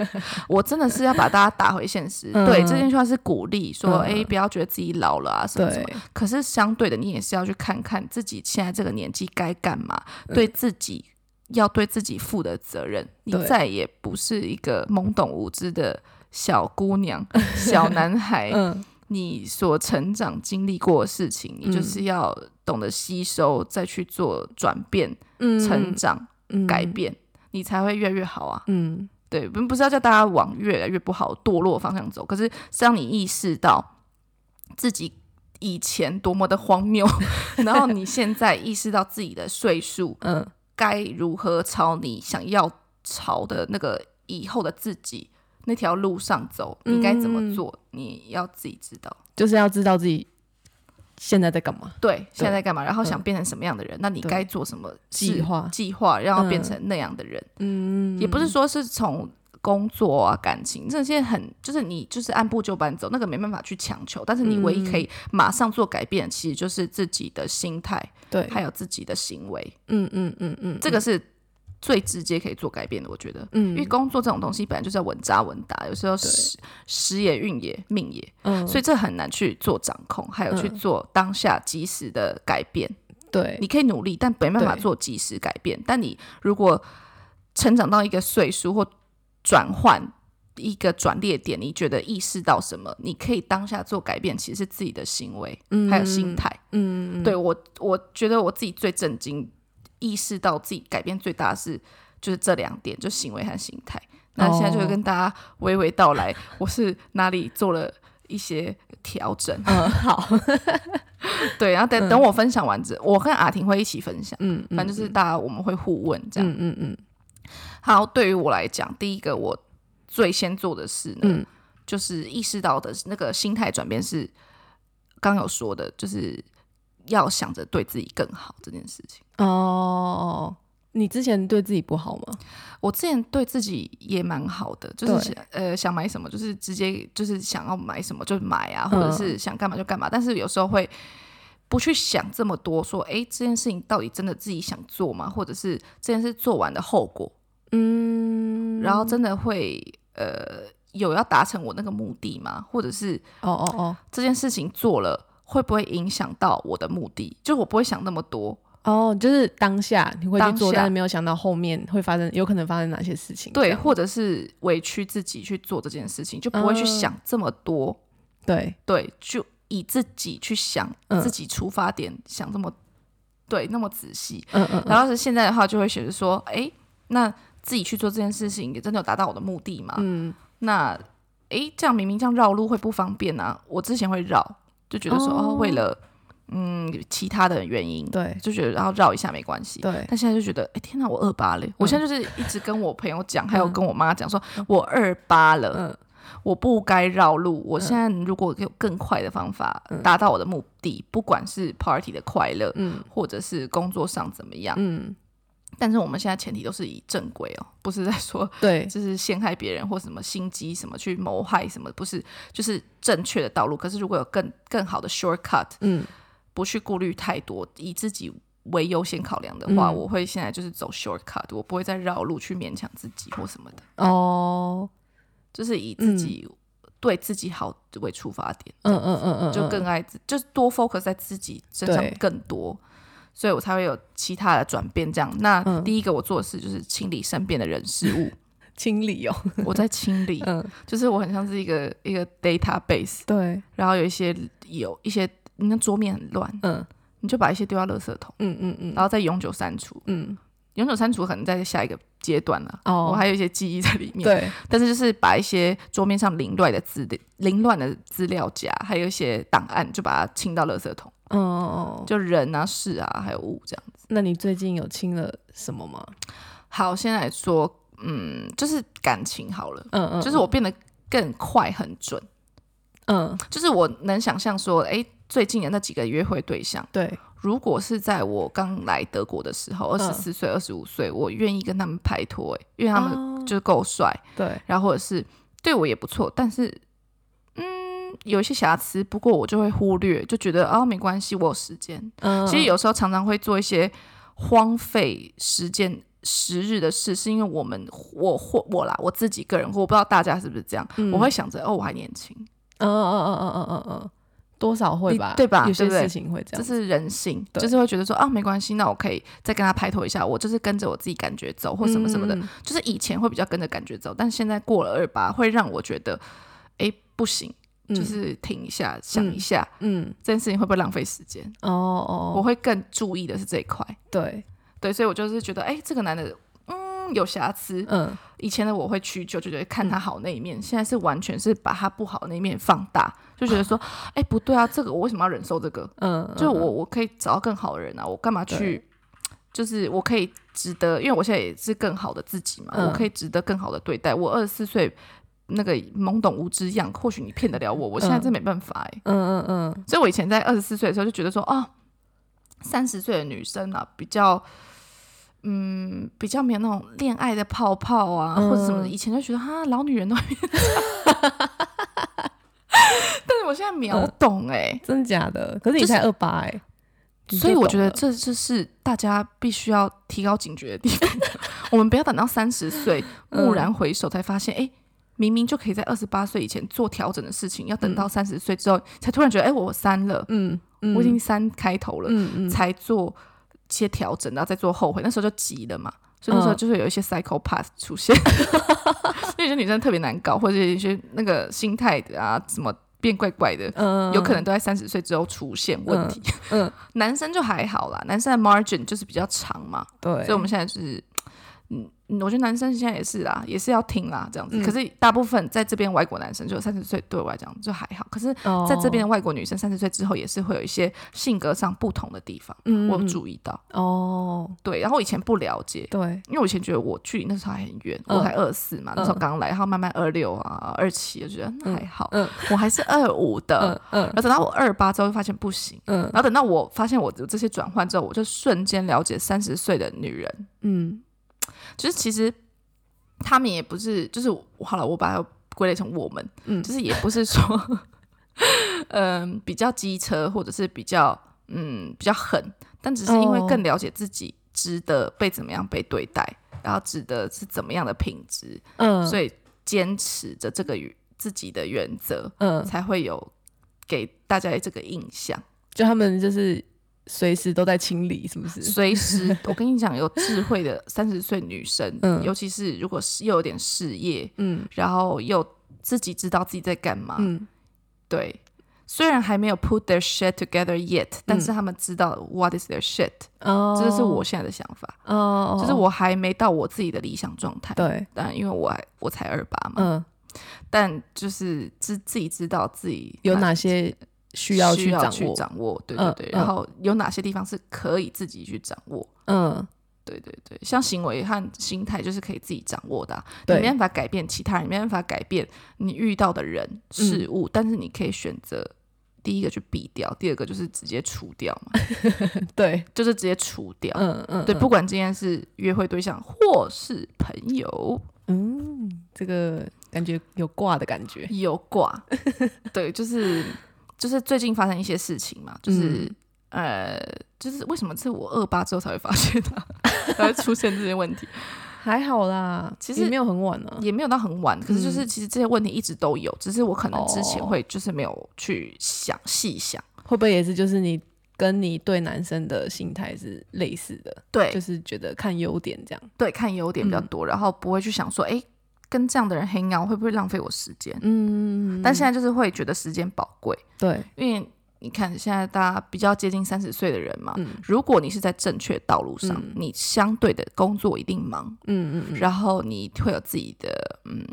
Speaker 1: 我真的是要把大家打回现实。
Speaker 2: 嗯
Speaker 1: 对，这件事话是鼓励，说
Speaker 2: 嗯
Speaker 1: 哎、诶不要觉得自己老了啊什么什
Speaker 2: 对
Speaker 1: 么。，可是相对的，你也是要去看看自己现在这个年纪该干嘛，
Speaker 2: 嗯
Speaker 1: 对自己要对自己负的责任。你
Speaker 2: 对
Speaker 1: 再也不是一个懵懂无知的小姑 娘、小男孩，
Speaker 2: 嗯，
Speaker 1: 你所成长经历过的事情，你就是要懂得吸收，再去做转变、
Speaker 2: 嗯
Speaker 1: 成长、
Speaker 2: 嗯
Speaker 1: 改，变，你才会越来越好啊。
Speaker 2: 嗯
Speaker 1: 对，并不是要叫大家往越来越不好、堕落的方向走，可是是让你意识到自己以前多么的荒 谬，然后你现在意识到自己的岁数
Speaker 2: 嗯
Speaker 1: 该如何朝你想要朝的那个以后的自己那条路上走，你该怎么
Speaker 2: 嗯
Speaker 1: 做，你要自己知道。
Speaker 2: 就是要知道自己现在在干嘛，
Speaker 1: 对，现在在干嘛？然后想
Speaker 2: 嗯
Speaker 1: 变成什么样的人？那你
Speaker 2: 对
Speaker 1: 该做什么
Speaker 2: 计
Speaker 1: 事
Speaker 2: 划
Speaker 1: 计划，然后变
Speaker 2: 嗯
Speaker 1: 成那样的人？
Speaker 2: 嗯
Speaker 1: 也不是说是从工作啊、感情这些很，就是你就是按部就班走，那个没办法去强求。但是你唯一可以马上做改变，其实就是自己的心态，
Speaker 2: 对，
Speaker 1: 还有自己的行为，
Speaker 2: 嗯嗯嗯嗯，
Speaker 1: 这个是最直接可以做改变的。我觉得，因为
Speaker 2: 嗯
Speaker 1: 工作这种东西本来就是要稳扎稳打，有时候时时也运也命也，
Speaker 2: 嗯，
Speaker 1: 所以这很难去做掌控，还有去
Speaker 2: 嗯
Speaker 1: 做当下及时的改变。
Speaker 2: 对，
Speaker 1: 你可以努力，但没办法
Speaker 2: 对
Speaker 1: 做及时改变。但你如果成长到一个岁数或转换一个转捩点，你觉得意识到什么，你可以当下做改变，其实是自己的行为、
Speaker 2: 嗯
Speaker 1: 还有心，态。
Speaker 2: 嗯，嗯
Speaker 1: 对，我，我觉得我自己最震惊，意识到自己改变最大的是就是这两点，就行为和心态。那现在就会
Speaker 2: 哦
Speaker 1: 跟大家娓娓道来，我是哪里做了一些调整。
Speaker 2: 嗯，好，
Speaker 1: 对，然后等等我分享完之，我跟阿婷会一起分享。
Speaker 2: 嗯，
Speaker 1: 反正就是大家我们会互问这样。
Speaker 2: 嗯嗯嗯
Speaker 1: 好，对于我来讲，第一个我最先做的事呢，
Speaker 2: 嗯
Speaker 1: 就是意识到的那个心态转变是刚有说的，就是要想着对自己更好这件事情。
Speaker 2: 嗯，哦，你之前对自己不好吗？
Speaker 1: 我之前对自己也蛮好的，就是想呃想买什么就是直接就是想要买什么就买啊，
Speaker 2: 嗯
Speaker 1: 或者是想干嘛就干嘛，但是有时候会。不去想这么多，说诶这件事情到底真的自己想做吗？或者是这件事做完的后果，
Speaker 2: 嗯，
Speaker 1: 然后真的会呃有要达成我那个目的吗？或者是
Speaker 2: 哦哦哦
Speaker 1: 这件事情做了会不会影响到我的目的？就我不会想那么多，
Speaker 2: 哦，就是当下你会
Speaker 1: 当
Speaker 2: 去
Speaker 1: 下
Speaker 2: 做，但是没有想到后面会发生，有可能发生哪些事情。这
Speaker 1: 对，
Speaker 2: 样
Speaker 1: 或者是委屈自己去做这件事情，就不会去
Speaker 2: 嗯
Speaker 1: 想这么多
Speaker 2: 对，
Speaker 1: 对，就以自己去想，
Speaker 2: 嗯
Speaker 1: 自己出发点想这么对那么仔细。
Speaker 2: 嗯嗯嗯
Speaker 1: 然后是现在的话，就会觉得说，诶，那自己去做这件事情，也真的有达到我的目的吗？
Speaker 2: 嗯，
Speaker 1: 那诶，这样明明这样绕路会不方便啊。我之前会绕，就觉得说，
Speaker 2: 哦
Speaker 1: 哦，为了嗯其他的原因，
Speaker 2: 对
Speaker 1: 就觉得然后绕一下没关系。
Speaker 2: 对，嗯
Speaker 1: 但现在就觉得，哎，天哪，我二八了！我现在就是一直跟我朋友讲，还有跟我妈讲说，我二八了，
Speaker 2: 嗯
Speaker 1: 我不该绕路。我现在如果有更快的方法达到我的目的，不管是 party 的快乐，
Speaker 2: 嗯
Speaker 1: 或者是工作上怎么样，
Speaker 2: 嗯，
Speaker 1: 但是我们现在前提都是以正规哦，不是在说
Speaker 2: 对，
Speaker 1: 就是陷害别人或什么心机什么去谋害什么，不是，就是正确的道路。可是如果有更更好的 shortcut，
Speaker 2: 嗯
Speaker 1: 不去顾虑太多，以自己为优先考量的话，
Speaker 2: 嗯
Speaker 1: 我会现在就是走 shortcut，我不会再绕路去勉强自己或什么的，
Speaker 2: 哦，
Speaker 1: 就是以自己、对自己好为出发点，
Speaker 2: 嗯嗯嗯嗯，
Speaker 1: 就
Speaker 2: 嗯
Speaker 1: 更爱自，就是多 focus 在自己身上
Speaker 2: 对
Speaker 1: 更多。所以我才会有其他的转变，这样。那
Speaker 2: 嗯
Speaker 1: 第一个我做的事就是清理身边的人事物，
Speaker 2: 清理哦，
Speaker 1: 我在清 理，
Speaker 2: 嗯，
Speaker 1: 就是我很像是一个一个 database，
Speaker 2: 对，
Speaker 1: 然后有一些有一些，你那桌面很乱，
Speaker 2: 嗯
Speaker 1: 你就把一些丢到垃圾桶，
Speaker 2: 嗯嗯嗯
Speaker 1: 然后再永久删除。
Speaker 2: 嗯，
Speaker 1: 永久删除可能在下一个阶段了、
Speaker 2: 哦
Speaker 1: 我还有一些记忆在里面。，
Speaker 2: 对，
Speaker 1: 但是就是把一些桌面上凌乱的资料、凌乱的资料夹，还有一些档案，就把它清到垃圾桶，
Speaker 2: 嗯哦，
Speaker 1: 就人啊、事啊，还有物这样子。
Speaker 2: 那你最近有清了什么吗？
Speaker 1: 好，先来说，嗯，就是感情好了，
Speaker 2: 嗯嗯，
Speaker 1: 就是我变得更快、很准，
Speaker 2: 嗯，
Speaker 1: 就是我能想象说，哎、最近的那几个约会对象，
Speaker 2: 对，
Speaker 1: 如果是在我刚来德国的时
Speaker 2: 嗯
Speaker 1: 候，二十四岁、二十五岁，我愿意跟他们拍拖、诶因为他们
Speaker 2: 哦
Speaker 1: 就是够帅，
Speaker 2: 对，
Speaker 1: 然后或者是对我也不错，但是嗯有一些瑕疵，不过我就会忽略，就觉得哦没关系，我有时间。
Speaker 2: 嗯，
Speaker 1: 其实有时候常常会做一些荒废时间。时日的事，是因为我们我或我啦，我自己个人，我不知道大家是不是这样，
Speaker 2: 嗯
Speaker 1: 我会想着哦，我还年轻，
Speaker 2: 嗯，嗯嗯嗯嗯嗯嗯嗯，多少会
Speaker 1: 你
Speaker 2: 吧，
Speaker 1: 对吧
Speaker 2: 有些
Speaker 1: 对不对
Speaker 2: 事情会
Speaker 1: 这
Speaker 2: 这样，
Speaker 1: 是人性，
Speaker 2: 对
Speaker 1: 就是会觉得说啊，没关系，那我可以再跟他拍拖一下，我就是跟着我自己感觉走，或什么什么的。
Speaker 2: 嗯，嗯
Speaker 1: 就是以前会比较跟着感觉走，但现在过了二八，会让我觉得，哎，不行，
Speaker 2: 嗯
Speaker 1: 就是停一下，想一下，
Speaker 2: 嗯，
Speaker 1: 这件事情会不会浪费时间？
Speaker 2: 哦
Speaker 1: 我
Speaker 2: 哦，
Speaker 1: 会更注意的是这一块。
Speaker 2: 对，
Speaker 1: 对，所以我就是觉得，哎，这个男的，嗯，有瑕疵。
Speaker 2: 嗯
Speaker 1: 以前的我会屈就，就觉得看他好那一面，现在是完全是把他不好的那一面放大，就 觉得说，哎，不对啊，这个我为什么要忍受这个？
Speaker 2: 嗯，
Speaker 1: 就
Speaker 2: 嗯
Speaker 1: 我我可以找到更好的人啊，我干嘛去
Speaker 2: 对？
Speaker 1: 就是我可以值得，因为我现在也是更好的自己嘛，
Speaker 2: 嗯
Speaker 1: 我可以值得更好的对待。我二十四岁那个懵懂无知样，或许你骗得了我，我现在真没办法哎、
Speaker 2: 嗯嗯嗯，
Speaker 1: 所以我以前在二十四岁的时候就觉得说，啊，三十岁的女生啊，比较。嗯，比较没有那种恋爱的泡泡啊，
Speaker 2: 嗯
Speaker 1: 或者什么的，以前就觉得哈，老女人都会变这 样但是我现在秒
Speaker 2: 嗯
Speaker 1: 懂哎、
Speaker 2: 真的假的？可是你
Speaker 1: 就是
Speaker 2: 才二八哎，你
Speaker 1: 所以
Speaker 2: 就
Speaker 1: 我
Speaker 2: 懂
Speaker 1: 觉得
Speaker 2: 了
Speaker 1: 这就是大家必须要提高警觉的地方。 我们不要等到三十岁
Speaker 2: 嗯
Speaker 1: 蓦然回首才发现，哎、明明就可以在二十八岁以前做调整的事情，要等到三十岁之后才突然觉得，哎、我三了，
Speaker 2: 嗯，
Speaker 1: 我已经三开头了，
Speaker 2: 嗯嗯
Speaker 1: 才做一些调整，然后再做后悔，那时候就急了嘛。所以那时候
Speaker 2: 嗯
Speaker 1: 就是有一些 psychopath 出现， 因为有些女生特别难搞，或者有一些那个心态的啊，怎么变怪怪的，
Speaker 2: 嗯，
Speaker 1: 有可能都在三十岁之后出现问题。
Speaker 2: 嗯嗯
Speaker 1: 男生就还好啦，男生的 margin 就是比较长嘛，
Speaker 2: 对，
Speaker 1: 所以我们现在就是，嗯，嗯我觉得男生现在也是啦，也是要听啦这样子。
Speaker 2: 嗯
Speaker 1: 可是大部分在这边外国男生就三十岁对我来讲就还好，可是
Speaker 2: 哦
Speaker 1: 在这边的外国女生三十岁之后也是会有一些性格上不同的地方，
Speaker 2: 嗯
Speaker 1: 我有
Speaker 2: 嗯
Speaker 1: 注意到。
Speaker 2: 哦，
Speaker 1: 对，然后我以前不了解。
Speaker 2: 对，
Speaker 1: 因为我以前觉得我距离那时候还很远，
Speaker 2: 嗯
Speaker 1: 我才二四嘛，那时候刚来，然后慢慢二六啊、二七，我觉得那还好，
Speaker 2: 嗯
Speaker 1: 我还是二五的，
Speaker 2: 嗯嗯
Speaker 1: 然后等到我二八之后，就发现不行。
Speaker 2: 嗯
Speaker 1: 然后等到我发现我有这些转换之后，我就瞬间了解三十岁的女人，
Speaker 2: 嗯
Speaker 1: 就是其实她们也不是，就是好了，我把它归类成我们，
Speaker 2: 嗯
Speaker 1: 就是也不是说， 嗯、比较机车或者是比较嗯比较狠，但只是因为
Speaker 2: 哦
Speaker 1: 更了解自己值得被怎么样被对待，然后值得是怎么样的品质，
Speaker 2: 嗯，
Speaker 1: 所
Speaker 2: 以
Speaker 1: 以坚持着这个与自己的原则，
Speaker 2: 嗯，
Speaker 1: 才会有给大家这个印象。
Speaker 2: 就他们就是随时都在清理，是不是？
Speaker 1: 随时，我跟你讲，有智慧的三十岁女生，
Speaker 2: 嗯
Speaker 1: 尤其是如果是又有点事业，
Speaker 2: 嗯
Speaker 1: 然后又自己知道自己在干嘛，
Speaker 2: 嗯
Speaker 1: 对，虽然还没有 put their shit together yet，但是他们知道 what is their shit，、
Speaker 2: 嗯哦
Speaker 1: 这就是我现在的想法，
Speaker 2: 哦，
Speaker 1: 就是我还没到我自己的理想状态。
Speaker 2: 对，
Speaker 1: 但因为我还我才二八嘛，
Speaker 2: 嗯，
Speaker 1: 但就是自自己知道自己
Speaker 2: 有哪些需要去
Speaker 1: 去
Speaker 2: 掌
Speaker 1: 去
Speaker 2: 握？
Speaker 1: 掌握，对对
Speaker 2: 嗯
Speaker 1: 对，
Speaker 2: 嗯
Speaker 1: 然后有哪些地方是可以自己去掌握，
Speaker 2: 嗯，
Speaker 1: 对对对，像行为和心态就是可以自己掌握的啊、你
Speaker 2: 对
Speaker 1: 没办法改变其他人，你没办法改变你遇到的
Speaker 2: 嗯
Speaker 1: 人事物，但是你可以选择第一个去避掉，第二个就是直接除掉嘛，
Speaker 2: 对，
Speaker 1: 就是直接除掉。
Speaker 2: 嗯嗯，
Speaker 1: 对，
Speaker 2: 嗯
Speaker 1: 不管今天是约会对象或是朋友，
Speaker 2: 嗯，这个感觉有挂的感觉，
Speaker 1: 有挂，对，就是就是最近发生一些事情嘛，
Speaker 2: 嗯
Speaker 1: 就是、呃，就是为什么是我二八之后才会发现它、才会出现这些问题，
Speaker 2: 还好啦，
Speaker 1: 其
Speaker 2: 也
Speaker 1: 实
Speaker 2: 没有很晚啊。
Speaker 1: 也没有到很晚，可是就是其实这些问题一直都有，只是我可能之前
Speaker 2: 嗯哦
Speaker 1: 会就是没有去想细想，
Speaker 2: 会不会也是就是你跟你对男生的心态是类似的，
Speaker 1: 对、
Speaker 2: 就是觉得看优点这样？
Speaker 1: 对，看优点比较
Speaker 2: 嗯
Speaker 1: 多，然后不会去想说，哎，跟这样的人 hang out 会不会浪费我时间？
Speaker 2: 嗯，
Speaker 1: 但现在就是会觉得时间宝贵，
Speaker 2: 对，
Speaker 1: 因为你看现在大家比较接近三十岁的人嘛，
Speaker 2: 嗯
Speaker 1: 如果你是在正确道路上，
Speaker 2: 嗯
Speaker 1: 你相对的工作一定忙，
Speaker 2: 嗯嗯嗯，
Speaker 1: 然后你会有自己的嗯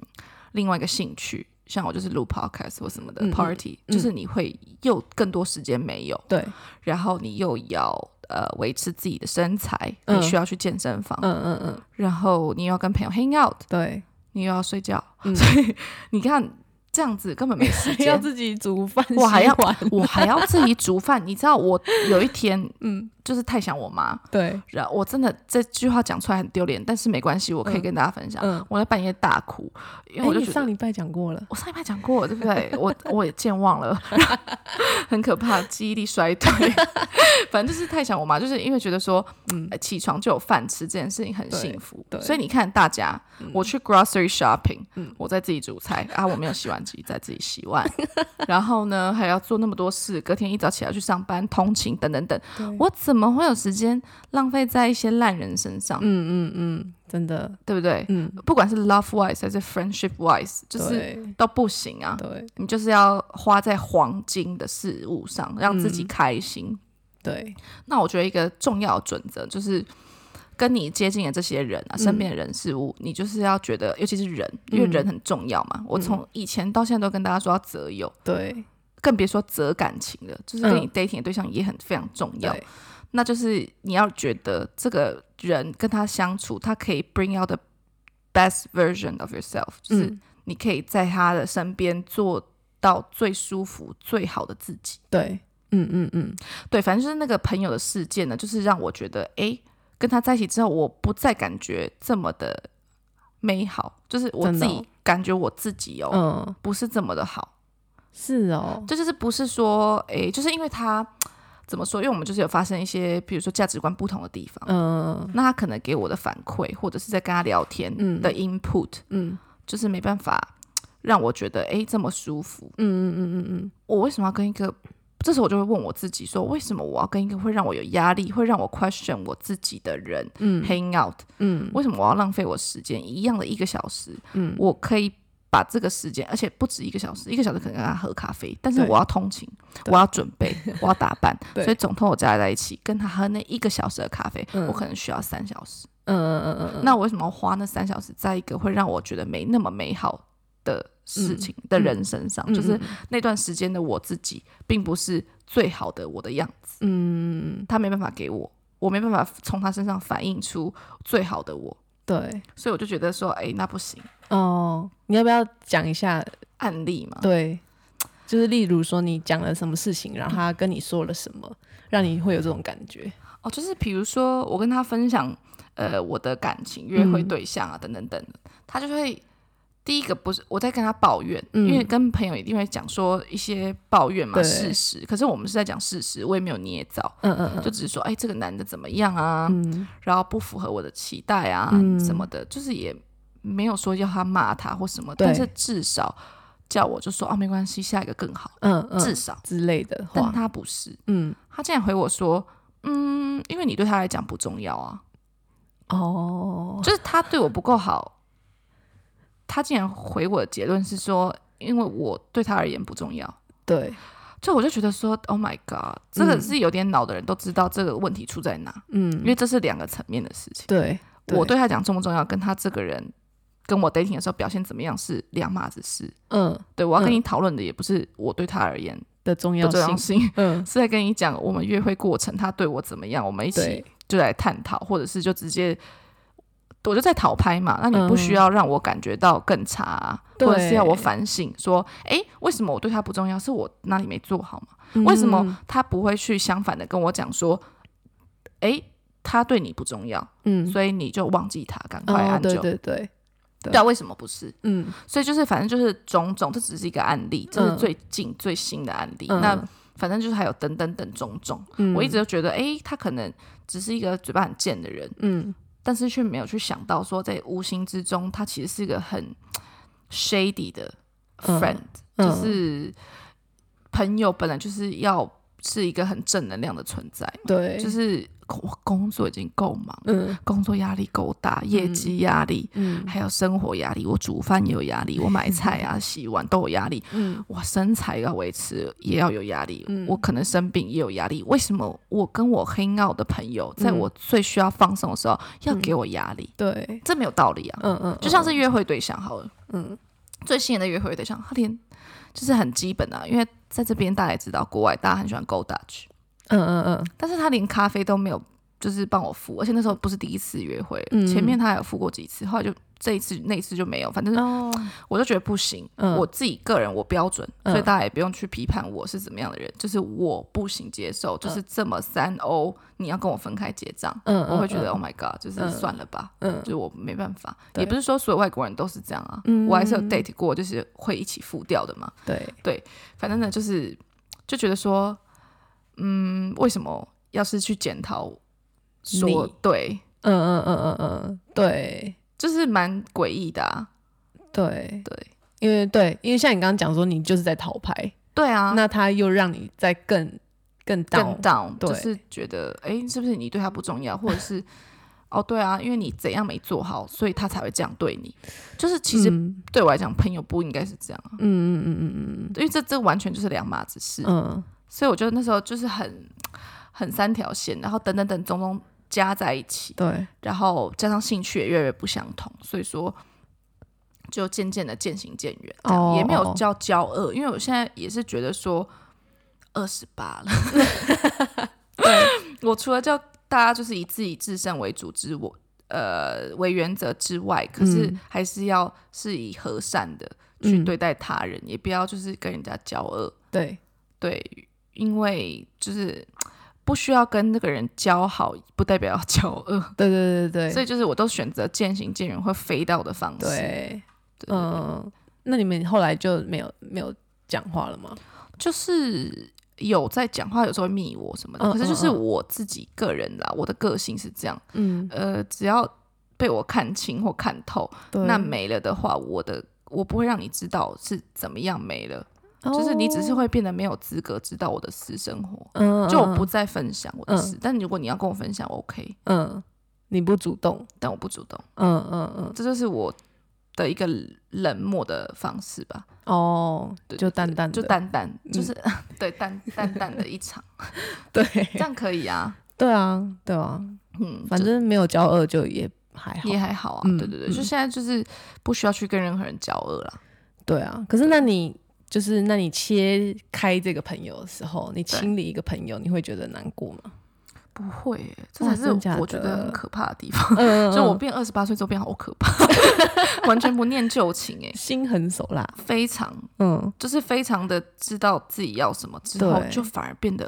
Speaker 1: 另外一个兴趣，像我就是录 podcast 或什么的
Speaker 2: 嗯嗯
Speaker 1: party，、
Speaker 2: 嗯
Speaker 1: 就是你会又更多时间没有，
Speaker 2: 对，
Speaker 1: 然后你又要呃维持自己的身材，
Speaker 2: 嗯
Speaker 1: 你需要去健身房，
Speaker 2: 嗯嗯嗯，
Speaker 1: 然后你又要跟朋友 hang out，
Speaker 2: 对，
Speaker 1: 你又要睡觉，
Speaker 2: 嗯
Speaker 1: 所以你看这样子根本没时
Speaker 2: 要
Speaker 1: 间。
Speaker 2: 自己煮饭，
Speaker 1: 我还要
Speaker 2: 洗 碗
Speaker 1: 我还要自己煮饭，你知道我有一天
Speaker 2: 嗯，
Speaker 1: 就是太想我妈，
Speaker 2: 对，
Speaker 1: 然后我真的这句话讲出来很丢脸，但是没关系，我可以
Speaker 2: 嗯
Speaker 1: 跟大家分享。
Speaker 2: 嗯，
Speaker 1: 我在半夜大哭，因为
Speaker 2: 哎，
Speaker 1: 我就
Speaker 2: 你
Speaker 1: 觉得、
Speaker 2: 上礼拜讲过了，
Speaker 1: 我上一拜讲过，对不对？我我也健忘了， 很可怕，记忆力衰退。 反正就是太想我妈，就是因为觉得说、
Speaker 2: 嗯
Speaker 1: 呃起床就有饭吃这件事情很
Speaker 2: 对
Speaker 1: 幸福。
Speaker 2: 对
Speaker 1: 所以你看大家，我去 grocery shopping，、
Speaker 2: 嗯
Speaker 1: 我在自己煮菜啊，我没有洗碗机，在自己洗碗， 然后呢还要做那么多事，隔天一早起来去上班、通勤等等等。我怎么会有时间浪费在一些烂人身上，
Speaker 2: 嗯嗯嗯，真的，
Speaker 1: 对不对？
Speaker 2: 嗯，
Speaker 1: 不管是 love wise 还是 friendship wise，就是
Speaker 2: 对
Speaker 1: 都不行啊。
Speaker 2: 对
Speaker 1: 你就是要花在黄金的事物上，让自己开心。
Speaker 2: 对，
Speaker 1: 那我觉得一个重要准则就是，跟你接近的这些人啊，身边的人事物，你就是要觉得，尤其是人，因为人很重要嘛。我从以前到现在都跟大家说要择友，
Speaker 2: 嗯对
Speaker 1: 更别说择感情了，就是跟你 dating 的对象也很非常重要。
Speaker 2: 对，
Speaker 1: 那就是你要觉得这个人跟他相处，他可以 bring out the best version of yourself，就是
Speaker 2: 嗯
Speaker 1: 你可以在他的身边做到最舒服、最好的自己。
Speaker 2: 对，嗯嗯嗯，
Speaker 1: 对，反正就是那个朋友的事件呢，就是让我觉得，诶，跟他在一起之后，我不再感觉这么的美好，就是我
Speaker 2: 真
Speaker 1: 自
Speaker 2: 的哦
Speaker 1: 己感觉我自己哦，
Speaker 2: 嗯，
Speaker 1: 不是这么的好。
Speaker 2: 是哦，
Speaker 1: 这就是不是说，诶，就是因为他怎么说？因为我们就是有发生一些，比如说价值观不同的地方。
Speaker 2: 嗯
Speaker 1: 那他可能给我的反馈，或者是在跟他聊天
Speaker 2: 嗯
Speaker 1: 的 input，、
Speaker 2: 嗯
Speaker 1: 就是没办法让我觉得诶这么舒服。
Speaker 2: 嗯嗯嗯嗯
Speaker 1: 我为什么要跟一个？这时候我就会问我自己说，为什么我要跟一个会让我有压力、会让我 question 我自己的人、
Speaker 2: 嗯
Speaker 1: hang out？
Speaker 2: 嗯
Speaker 1: 为什么我要浪费我时间一样的一个小时？
Speaker 2: 嗯
Speaker 1: 我可以把这个时间，而且不止一个小时，一个小时可能跟他喝咖啡，但是
Speaker 2: 对
Speaker 1: 我要通勤，
Speaker 2: 对
Speaker 1: 我要准备，我要打扮，
Speaker 2: 对
Speaker 1: 所以总同我加在一起，跟他喝那一个小时的咖啡，
Speaker 2: 嗯
Speaker 1: 我可能需要三小时。
Speaker 2: 嗯嗯嗯嗯，
Speaker 1: 那我为什么要花那三小时在一个会让我觉得没那么美好的事情、的人身上？就是那段时间的我自己，并不是最好的我的样子，
Speaker 2: 嗯
Speaker 1: 他没办法给我，我没办法从他身上反映出最好的我，
Speaker 2: 对
Speaker 1: 所以我就觉得说，哎、那不行。
Speaker 2: 哦，你要不要讲一下？
Speaker 1: 案例嘛，
Speaker 2: 对，就是例如说你讲了什么事情，然后他跟你说了什么，让你会有这种感觉？
Speaker 1: 哦，就是比如说我跟他分享，呃，我的感情、约
Speaker 2: 嗯
Speaker 1: 会对象啊，等等等，他就会第一个不是我在跟他抱怨，
Speaker 2: 嗯
Speaker 1: 因为跟朋友一定会讲说一些抱怨嘛，
Speaker 2: 对
Speaker 1: 事实。可是我们是在讲事实，我也没有捏造，
Speaker 2: 嗯嗯
Speaker 1: 就只是说，哎，这个男的怎么样啊，
Speaker 2: 嗯
Speaker 1: 然后不符合我的期待啊，
Speaker 2: 嗯
Speaker 1: 什么的，就是也没有说要他骂他或什么，
Speaker 2: 对
Speaker 1: 但是至少叫我就说啊，没关系，下一个更好，
Speaker 2: 嗯嗯
Speaker 1: 至少。
Speaker 2: 之类的
Speaker 1: 但
Speaker 2: 话，
Speaker 1: 他不是，
Speaker 2: 嗯
Speaker 1: 他竟然回我说，嗯，因为你对他来讲不重要啊。
Speaker 2: 哦，
Speaker 1: 就是他对我不够好，他竟然回我的结论是说，因为我对他而言不重要。
Speaker 2: 对，
Speaker 1: 就我就觉得说，Oh my God，这个是有点脑的人都知道这个问题出在哪，因
Speaker 2: 嗯，
Speaker 1: 为这是两个层面的事情。
Speaker 2: 对，
Speaker 1: 我对他讲重不重要，跟他这个人跟我 dating 的时候表现怎么样是两码子事。
Speaker 2: 嗯
Speaker 1: 对我要跟
Speaker 2: 嗯
Speaker 1: 你讨论的也不是我对他而言
Speaker 2: 的重
Speaker 1: 的
Speaker 2: 要
Speaker 1: 重要
Speaker 2: 性，
Speaker 1: 性，
Speaker 2: 嗯，
Speaker 1: 是在跟你讲我们约会过程他对我怎么样，我们一起
Speaker 2: 对，
Speaker 1: 就来探讨，或者是就直接。我就在讨拍嘛，那你不需要让我感觉到更差啊、
Speaker 2: 嗯对
Speaker 1: 或者是要我反省说，诶，为什么我对他不重要？是我哪里没做好吗？为什
Speaker 2: 嗯
Speaker 1: 么他不会去相反的跟我讲说，诶，他对你不重要，
Speaker 2: 嗯？嗯，
Speaker 1: 所以你就忘记他，赶快
Speaker 2: 哦，
Speaker 1: 按
Speaker 2: 对
Speaker 1: 就
Speaker 2: 对对，
Speaker 1: 对啊，为什么不是？
Speaker 2: 嗯
Speaker 1: 所以就是反正就是种种，这只是一个案例，这是
Speaker 2: 嗯
Speaker 1: 最近、最新的案例。
Speaker 2: 嗯
Speaker 1: 那反正就是还有等等等种种，
Speaker 2: 嗯，
Speaker 1: 我一直都觉得，诶，他可能只是一个嘴巴很贱的人，
Speaker 2: 嗯
Speaker 1: 但是却没有去想到说，在无形之中，他其实是一个很 shady 的 friend，、
Speaker 2: 嗯
Speaker 1: 就是朋友本来就是要是一个很正能量的存在，
Speaker 2: 对，
Speaker 1: 就是我工作已经够忙，
Speaker 2: 嗯
Speaker 1: 工作压力够大，业绩压力。
Speaker 2: 嗯
Speaker 1: 还有生活压力，我煮饭也有压力，我买菜 啊、洗碗都有压力，
Speaker 2: 嗯
Speaker 1: 我身材要维持也要有压力，
Speaker 2: 嗯
Speaker 1: 我可能生病也有压力。为什么我跟我 hang out 的朋友，在
Speaker 2: 嗯
Speaker 1: 我最需要放松的时候要给我压力？
Speaker 2: 对，
Speaker 1: 这没有道理啊！
Speaker 2: 嗯嗯，
Speaker 1: 就像是约会对象好了，
Speaker 2: 嗯
Speaker 1: 最吸引的约会对象，他连就是很基本啊，因为在这边大家也知道，国外大家很喜欢 go Dutch，
Speaker 2: 嗯嗯嗯
Speaker 1: 但是他连咖啡都没有，就是帮我付，而且那时候不是第一次约会，
Speaker 2: 嗯
Speaker 1: 前面他还有付过几次，后来就这一次那一次就没有，反正
Speaker 2: 嗯，哦，
Speaker 1: 我就觉得不行，
Speaker 2: 嗯
Speaker 1: 我自己个人我标准，
Speaker 2: 嗯
Speaker 1: 所以大家也不用去批判我是怎么样的人，就是我不行接受，就是这么三欧，你要跟我分开结账，
Speaker 2: 嗯，
Speaker 1: 我会觉
Speaker 2: 嗯
Speaker 1: 得 Oh my God，就是
Speaker 2: 嗯
Speaker 1: 算了吧，
Speaker 2: 嗯
Speaker 1: 就是我没办法，
Speaker 2: 对
Speaker 1: 也不是说所有外国人都是这样啊，
Speaker 2: 嗯
Speaker 1: 我还是有 date 过，就是会一起付掉的嘛，
Speaker 2: 对，
Speaker 1: 反正呢就是就觉得说，嗯，为什么要是去检讨说
Speaker 2: 你
Speaker 1: 对，
Speaker 2: 嗯嗯嗯嗯嗯，对
Speaker 1: 就是蛮诡异的啊，
Speaker 2: 对，
Speaker 1: 对
Speaker 2: 因为对，因为像你刚刚讲说，你就是在逃牌，
Speaker 1: 对啊，
Speaker 2: 那他又让你再更更
Speaker 1: 更
Speaker 2: down，
Speaker 1: down，就
Speaker 2: 对
Speaker 1: 是觉得哎、诶是不是你对他不重要，或者是哦，对啊，因为你怎样没做好，所以他才会这样对你。就是其实
Speaker 2: 嗯
Speaker 1: 对我来讲，朋友不应该是这样啊，
Speaker 2: 嗯嗯嗯嗯
Speaker 1: 因为这这完全就是两码子事。
Speaker 2: 嗯嗯，
Speaker 1: 所以我觉得那时候就是很很三条线，然后等等等种种加在一起，
Speaker 2: 对，
Speaker 1: 然后加上兴趣也越来越不相同，所以说。就渐渐的渐行渐远，这样
Speaker 2: 哦
Speaker 1: 也没
Speaker 2: 哦
Speaker 1: 有叫骄傲，因为我现在也是觉得说二十八了，我除了叫大家就是以自己自身为主之我呃为原则之外，可是
Speaker 2: 嗯
Speaker 1: 还是要是以和善的去
Speaker 2: 嗯
Speaker 1: 对待他人，也不要就是跟人家交恶。
Speaker 2: 对，
Speaker 1: 对，因为就是不需要跟那个人交好，不代表要交恶。
Speaker 2: 对对对对
Speaker 1: 所
Speaker 2: 对
Speaker 1: 以就是我都选择渐行渐远会飞到的方式。
Speaker 2: 对，
Speaker 1: 对，对对
Speaker 2: 嗯，那你们后来就没有没有讲话了吗？
Speaker 1: 就是有在讲话，有时候会密我什么的。
Speaker 2: 嗯
Speaker 1: 可是就是
Speaker 2: 嗯嗯
Speaker 1: 我自己个人啦，我的个性是这样，
Speaker 2: 嗯，
Speaker 1: 呃，只要被我看清或看透。
Speaker 2: 对，
Speaker 1: 那没了的话，我的我不会让你知道是怎么样没了，就是你只是
Speaker 2: 哦，
Speaker 1: 会变得没有资格知道我的私生活，
Speaker 2: 嗯，
Speaker 1: 就我
Speaker 2: 嗯
Speaker 1: 不，再分享我的事。但如果你要跟我分享我，OK，
Speaker 2: 嗯，嗯你不主动，
Speaker 1: 但我不主动，
Speaker 2: 嗯嗯嗯，
Speaker 1: 这就是我的一个冷漠的方式吧，
Speaker 2: 哦，
Speaker 1: 对
Speaker 2: 就
Speaker 1: 对
Speaker 2: 淡淡
Speaker 1: 就
Speaker 2: 的嗯
Speaker 1: 淡淡，就是 对淡淡淡的一 场，
Speaker 2: 对
Speaker 1: 这样可以啊，
Speaker 2: 对啊对啊，
Speaker 1: 嗯，
Speaker 2: 反正没有交恶就也还好
Speaker 1: 就。也还好啊，
Speaker 2: 嗯
Speaker 1: 对对对，
Speaker 2: 嗯
Speaker 1: 就现在就是不需要去跟任何人交恶啦。
Speaker 2: 对啊，可是那你就是那你切开这个朋友的时候，你清理一个朋友，你会觉得难过吗？
Speaker 1: 不会耶，这
Speaker 2: 哇
Speaker 1: 才是
Speaker 2: 真假
Speaker 1: 我觉
Speaker 2: 的
Speaker 1: 得很可怕的地方。
Speaker 2: 嗯，
Speaker 1: 所以我变二十八岁之后变好可怕， 完全不念旧情哎、
Speaker 2: 心狠手辣，
Speaker 1: 非常
Speaker 2: 嗯，
Speaker 1: 就是非常的知道自己要什么之后，
Speaker 2: 对
Speaker 1: 就反而变得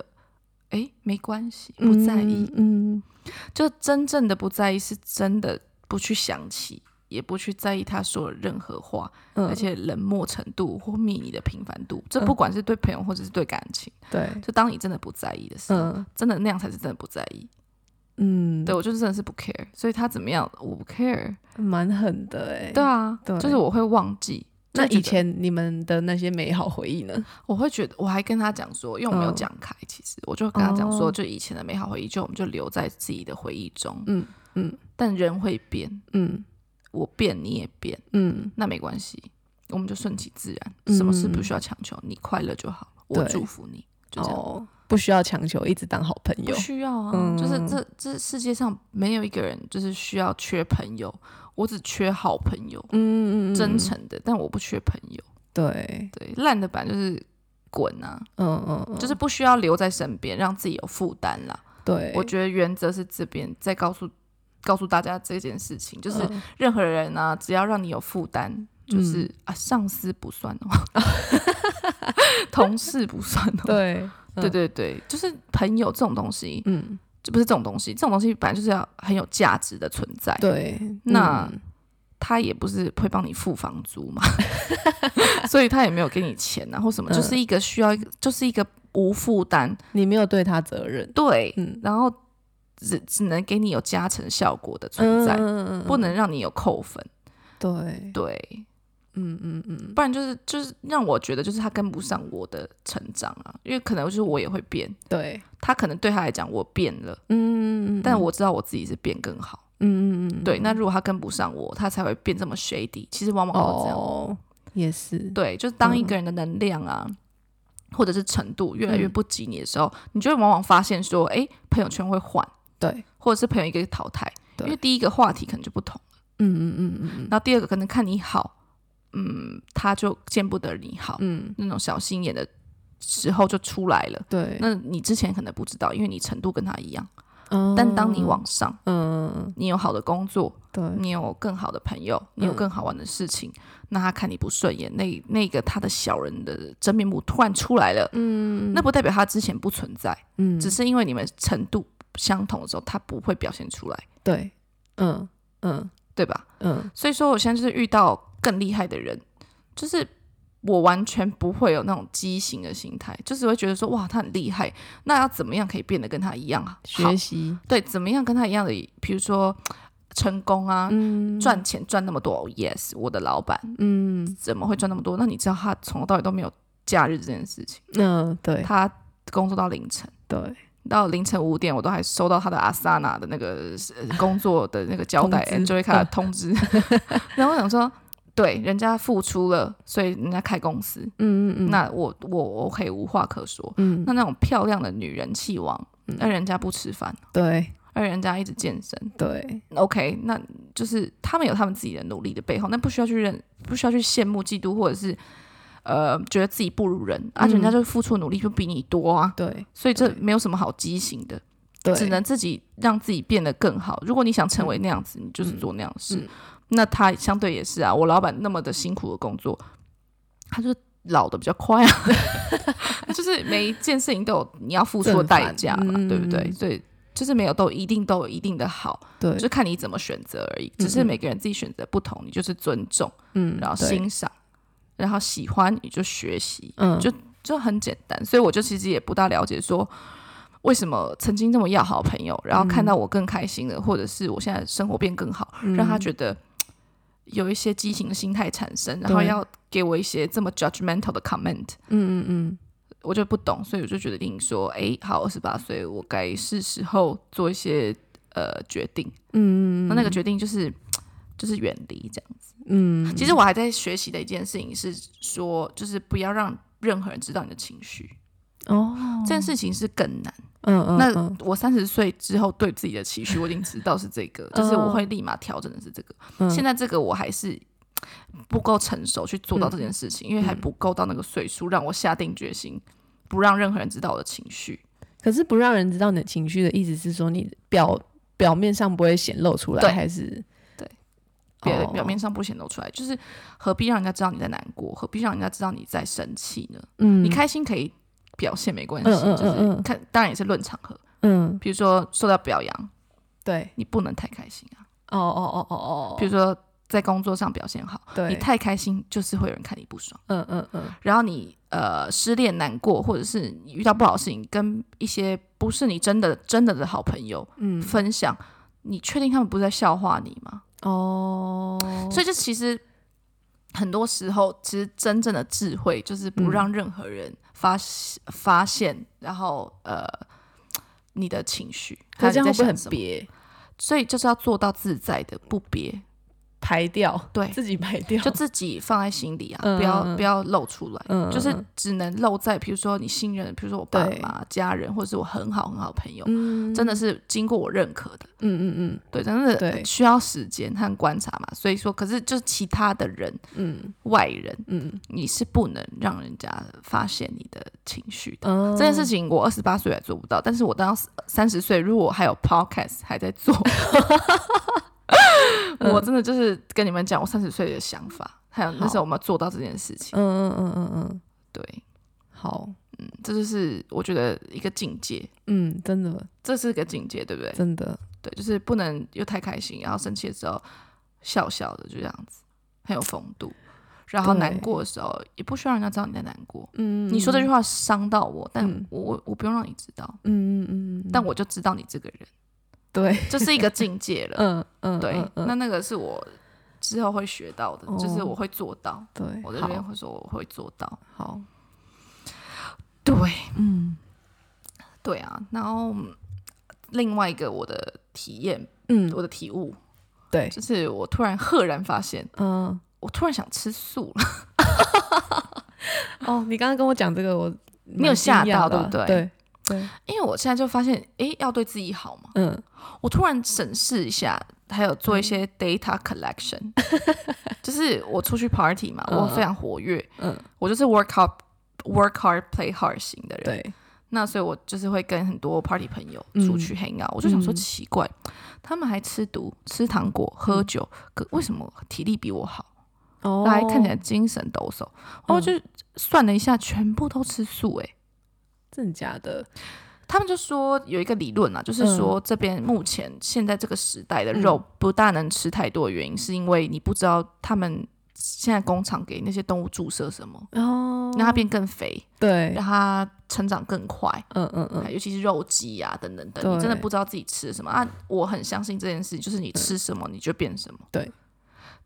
Speaker 1: 哎、诶没关系，不在意，
Speaker 2: 嗯，
Speaker 1: 就真正的不在意，是真的不去想起，也不去在意他说的任何话，
Speaker 2: 嗯
Speaker 1: 而且冷漠程度或密你的频繁度，这不管是对朋友或者是对感情，
Speaker 2: 对，
Speaker 1: 就当你真的不在意的时候，
Speaker 2: 嗯
Speaker 1: 真的那样才是真的不在意。
Speaker 2: 嗯，
Speaker 1: 对我就是真的是不 care，所以他怎么样我不 care。
Speaker 2: 蛮狠的哎、
Speaker 1: 对啊，
Speaker 2: 对
Speaker 1: 就是我会忘记。
Speaker 2: 那
Speaker 1: 就觉得
Speaker 2: 以前你们的那些美好回忆呢？
Speaker 1: 我会觉得，我还跟他讲说，因为我没有
Speaker 2: 嗯
Speaker 1: 讲开，其实我就跟他讲说，
Speaker 2: 哦
Speaker 1: 就以前的美好回忆，就我们就留在自己的回忆中。
Speaker 2: 嗯嗯
Speaker 1: 但人会变，
Speaker 2: 嗯
Speaker 1: 我变你也变，
Speaker 2: 嗯，
Speaker 1: 那没关系，我们就顺其自然，
Speaker 2: 嗯
Speaker 1: 什么事不需要强求，你快乐就好了。我
Speaker 2: 对
Speaker 1: 祝福你，就这样。
Speaker 2: 哦，不需要强求，一直当好朋
Speaker 1: 不
Speaker 2: 友。
Speaker 1: 需要啊，
Speaker 2: 嗯
Speaker 1: 就是这这世界上没有一个人就是需要缺朋友，我只缺好朋友，
Speaker 2: 嗯嗯嗯，
Speaker 1: 真诚的，但我不缺朋友。
Speaker 2: 对，
Speaker 1: 对，烂的版就是滚啊，
Speaker 2: 嗯嗯嗯，
Speaker 1: 就是不需要留在身边，让自己有负担啦。
Speaker 2: 对，
Speaker 1: 我觉得原则是这边再告诉告诉大家这件事情，就是
Speaker 2: 嗯
Speaker 1: 任何人啊，只要让你有负担，就是、啊，上司不算哦， 同事不算哦，
Speaker 2: 对
Speaker 1: 对对对，就是朋友这种东西，
Speaker 2: 嗯
Speaker 1: 这不是这种东西，这种东西本来就是要很有价值的存在。，
Speaker 2: 对，
Speaker 1: 那
Speaker 2: 嗯
Speaker 1: 他也不是会帮你付房租嘛， 所以他也没有给你钱啊或什么，
Speaker 2: 嗯
Speaker 1: 就是一个需要一个，就是一个无负担，
Speaker 2: 你没有对他责任，
Speaker 1: 对，
Speaker 2: 嗯，
Speaker 1: 然后只只能给你有加成效果的存在，
Speaker 2: 嗯
Speaker 1: 不能让你有扣分，
Speaker 2: 对，
Speaker 1: 对，
Speaker 2: 嗯嗯嗯，
Speaker 1: 不然就是就是让我觉得就是他跟不上我的成长啊，因为可能就是我也会变，
Speaker 2: 对，
Speaker 1: 他可能对他来讲我变了，
Speaker 2: 嗯，
Speaker 1: 但我知道我自己是变更好。
Speaker 2: 嗯嗯嗯，
Speaker 1: 对，那如果他跟不上我，他才会变这么 shady。其实往往都这样。
Speaker 2: 哦，嗯也是，
Speaker 1: 对，就是当一个人的能量啊，或者是程度越来越
Speaker 2: 嗯
Speaker 1: 不及你的时候，你就会往往发现说，诶，朋友圈会换，
Speaker 2: 对，
Speaker 1: 或者是朋友一个一个淘汰，因
Speaker 2: 对
Speaker 1: 为第一个话题可能就不同，
Speaker 2: 嗯嗯嗯嗯
Speaker 1: 然后第二个可能看你好，嗯，他就见不得你好，
Speaker 2: 嗯，
Speaker 1: 那种小心眼的时候就出来了。
Speaker 2: 对，
Speaker 1: 那你之前可能不知道，因为你程度跟他一样，
Speaker 2: 嗯
Speaker 1: 但当你往上，
Speaker 2: 嗯
Speaker 1: 你有好的工作，
Speaker 2: 对，
Speaker 1: 你有更好的朋友，你有
Speaker 2: 嗯
Speaker 1: 更好玩的事情，那他看你不顺眼，那那个他的小人的真面目突然出来了，
Speaker 2: 嗯
Speaker 1: 那不代表他之前不存在，
Speaker 2: 嗯
Speaker 1: 只是因为你们程度相同的时候，他不会表现出来，
Speaker 2: 对，嗯嗯
Speaker 1: 对吧？
Speaker 2: 嗯
Speaker 1: 所以说，我现在就是遇到更厉害的人，就是。我完全不会有那种畸形的心态，就是会觉得说哇，他很厉害，那要怎么样可以变得跟他一样啊？好
Speaker 2: 学，习，
Speaker 1: 对，怎么样跟他一样的，比如说成功啊，
Speaker 2: 嗯
Speaker 1: 赚钱赚那么多、哦 y e s 我的老板
Speaker 2: 嗯
Speaker 1: 怎么会赚那么多？那你知道他从头到尾都没有假日这件事情，
Speaker 2: 嗯对
Speaker 1: 他工作到凌晨，
Speaker 2: 对，
Speaker 1: 到凌晨五点，我都还收到他的阿萨娜的那个呃工作的那个交代
Speaker 2: 通知嗯
Speaker 1: 就会卡通 知，然后我想说，对，人家付出了，所以人家开公司，
Speaker 2: 嗯嗯嗯，
Speaker 1: 那我我我 OK 无话可说。
Speaker 2: 嗯
Speaker 1: 那那种漂亮的女人气王，而人家不吃饭，
Speaker 2: 对
Speaker 1: 而人家一直健身，
Speaker 2: 对
Speaker 1: OK，那就是他们有他们自己的努力的背后，那不需要去认，不需要去羡慕、嫉妒，或者是呃觉得自己不如人，而且人家就付出努力就比你多啊，
Speaker 2: 嗯对
Speaker 1: 所以这没有什么好畸形的，
Speaker 2: 对，嗯
Speaker 1: 只能自己让自己变得更好。如果你想成为那样子，你就是做那样的事。那他相对也是啊，我老板那么的辛苦的工作，他就是老的比较快 啊，就是每一件事情都有你要付出的代价嘛，
Speaker 2: 正反嗯
Speaker 1: 对不对？所以就是没有都一定都有一定的好。
Speaker 2: 对嗯
Speaker 1: 就看你怎么选择而已。只是每个人自己选择不同，你就是尊重，
Speaker 2: 嗯
Speaker 1: 然后
Speaker 2: 对
Speaker 1: 欣赏，然后喜欢你就学习，
Speaker 2: 嗯
Speaker 1: 就就很简单。所以我就其实也不大了解说。为什么曾经这么要好的朋友，然后看到
Speaker 2: 嗯
Speaker 1: 我更开心了，或者是我现在生活变更好，让他觉得嘖有一些畸形的心态产生，然后
Speaker 2: 对
Speaker 1: 要给我一些这么 judgmental 的 comment，
Speaker 2: 嗯嗯嗯
Speaker 1: 我就不懂，所以我就决定说，诶，好，二十八岁，我该是时候做一些呃决定。
Speaker 2: 嗯
Speaker 1: 那那个决定就是就是远离这样子。
Speaker 2: 嗯
Speaker 1: 其实我还在学习的一件事情是说，就是不要让任何人知道你的情绪，
Speaker 2: 哦
Speaker 1: 这件事情是更难。
Speaker 2: 嗯嗯
Speaker 1: 那我三十岁之后对自己的期许，我已经知道是这个，就是我会立马调整的是这个。
Speaker 2: 嗯
Speaker 1: 现在这个我还是。不够成熟去做到
Speaker 2: 嗯
Speaker 1: 这件事情，因为还不够到那个岁数，让我下定决心不让任何人知道我的情绪。
Speaker 2: 可是不让人知道你的情绪的意思是说，你表表面上不会显露出
Speaker 1: 对
Speaker 2: 来，还是
Speaker 1: 对表、
Speaker 2: 哦
Speaker 1: 表面上不显露出来，就是何必让人家知道你在难过，何必让人家知道你在生气呢？
Speaker 2: 嗯，
Speaker 1: 你开心可以表现没关系，
Speaker 2: 嗯嗯
Speaker 1: 就
Speaker 2: 嗯
Speaker 1: 是
Speaker 2: 嗯
Speaker 1: 看当然也是论场合，
Speaker 2: 嗯，
Speaker 1: 比如说受到表扬，
Speaker 2: 对，
Speaker 1: 你不能太开心啊。
Speaker 2: 哦哦哦哦哦，
Speaker 1: 比如说在工作上表现好，
Speaker 2: 对，
Speaker 1: 你太开心就是会有人看你不爽。
Speaker 2: 嗯嗯嗯
Speaker 1: 然后你呃失恋难过，或者是你遇到不好的事情，跟一些不是你真的真的的好朋友
Speaker 2: 嗯
Speaker 1: 分享，你确定他们不是在笑话你吗？
Speaker 2: 哦，
Speaker 1: 所以就其实很多时候，其实真正的智慧就是不让任何人发、发现，然后呃你的情绪，还
Speaker 2: 可
Speaker 1: 有
Speaker 2: 是这
Speaker 1: 你
Speaker 2: 样
Speaker 1: 在
Speaker 2: 会不会
Speaker 1: 想
Speaker 2: 很
Speaker 1: 什么。
Speaker 2: 憋？
Speaker 1: 所以就是要做到自在的不憋，
Speaker 2: 排掉，
Speaker 1: 对
Speaker 2: 自己排掉，
Speaker 1: 就自己放在心里啊，
Speaker 2: 嗯
Speaker 1: 不
Speaker 2: 嗯嗯
Speaker 1: 要不要露出来，
Speaker 2: 嗯
Speaker 1: 就
Speaker 2: 嗯
Speaker 1: 是
Speaker 2: 嗯
Speaker 1: 只能露在，比如说你信任，比如说我爸
Speaker 2: 对
Speaker 1: 妈、家人，或者是我很好很好的朋友，
Speaker 2: 嗯
Speaker 1: 真的是经过我认可的，
Speaker 2: 嗯嗯嗯
Speaker 1: 对，真的
Speaker 2: 对
Speaker 1: 是需要时间和观察嘛。所以说，可是就是其他的人、
Speaker 2: 嗯
Speaker 1: 外人，
Speaker 2: 嗯
Speaker 1: 你是不能让人家发现你的情绪的。
Speaker 2: 嗯，
Speaker 1: 这件事情我二十八岁还做不到，但是我当三十岁，如果我还有 podcast 还在 做，
Speaker 2: 嗯
Speaker 1: 我真的就是跟你们讲我三十岁的想法，还有那时候我们做到这件事情。
Speaker 2: 嗯嗯嗯嗯嗯，
Speaker 1: 对，
Speaker 2: 好，
Speaker 1: 嗯，这就是我觉得一个境界，
Speaker 2: 嗯，真的
Speaker 1: 这是一个境界，对不对？
Speaker 2: 真的，
Speaker 1: 对，就是不能又太开心，然后生气的时候笑笑的，就这样子，很有风度。然后
Speaker 2: 对
Speaker 1: 难过的时候，也不需要人家知道你在难过。
Speaker 2: 嗯，
Speaker 1: 你说这句话伤到我，但
Speaker 2: 嗯
Speaker 1: 我我我不用让你知道，
Speaker 2: 嗯，嗯嗯嗯，
Speaker 1: 但我就知道你这个 人，
Speaker 2: 对，
Speaker 1: 这是一个境界了。
Speaker 2: 嗯嗯，
Speaker 1: 对
Speaker 2: 嗯，嗯
Speaker 1: 那那个是我之后会学到的，就是
Speaker 2: 哦
Speaker 1: 我会做到。
Speaker 2: 对，
Speaker 1: 我在这边
Speaker 2: 好
Speaker 1: 会说我会做到。
Speaker 2: 好，
Speaker 1: 对
Speaker 2: 嗯
Speaker 1: 对啊，然后嗯另外一个我的体验，
Speaker 2: 嗯，
Speaker 1: 我的体悟，
Speaker 2: 对，
Speaker 1: 就是我突然赫然发现，
Speaker 2: 嗯，
Speaker 1: 我突然想吃素了。
Speaker 2: 哦，你刚刚跟我讲这个，我
Speaker 1: 有
Speaker 2: 蛮
Speaker 1: 吓
Speaker 2: 惊
Speaker 1: 到
Speaker 2: 讶的啊
Speaker 1: 对不
Speaker 2: 对对，
Speaker 1: 因为我现在就发现，诶，要对自己好嘛。
Speaker 2: 嗯
Speaker 1: 我突然审视一下，还有做一些 data collection，、就是我出去 party 嘛，
Speaker 2: 嗯
Speaker 1: 我非常活跃，
Speaker 2: 嗯，
Speaker 1: 我就是 work hard work hard play hard 型的人。
Speaker 2: 对，
Speaker 1: 那所以我就是会跟很多 party 朋友出去 hang out，、我就想说
Speaker 2: 嗯
Speaker 1: 奇怪，他们还吃毒、吃糖果、喝酒，可为什么体力比我好？
Speaker 2: 嗯哦
Speaker 1: 大家看起来精神抖擞。然后就算了一下，全部都吃素、欸，
Speaker 2: 真的假的？
Speaker 1: 他们就说有一个理论啊，就是
Speaker 2: 嗯
Speaker 1: 说这边目前现在这个时代的肉不大能吃太多的原因，是因为你不知道他们现在工厂给那些动物注射什么，
Speaker 2: 哦，
Speaker 1: 让它变更肥，
Speaker 2: 对
Speaker 1: 让，它成长更快。哎
Speaker 2: 嗯哦嗯嗯，
Speaker 1: 尤其是肉鸡啊等等等，
Speaker 2: 对
Speaker 1: 你真的不知道自己吃了什么啊！我很相信这件事，就是你吃什么你就变什么。
Speaker 2: 嗯对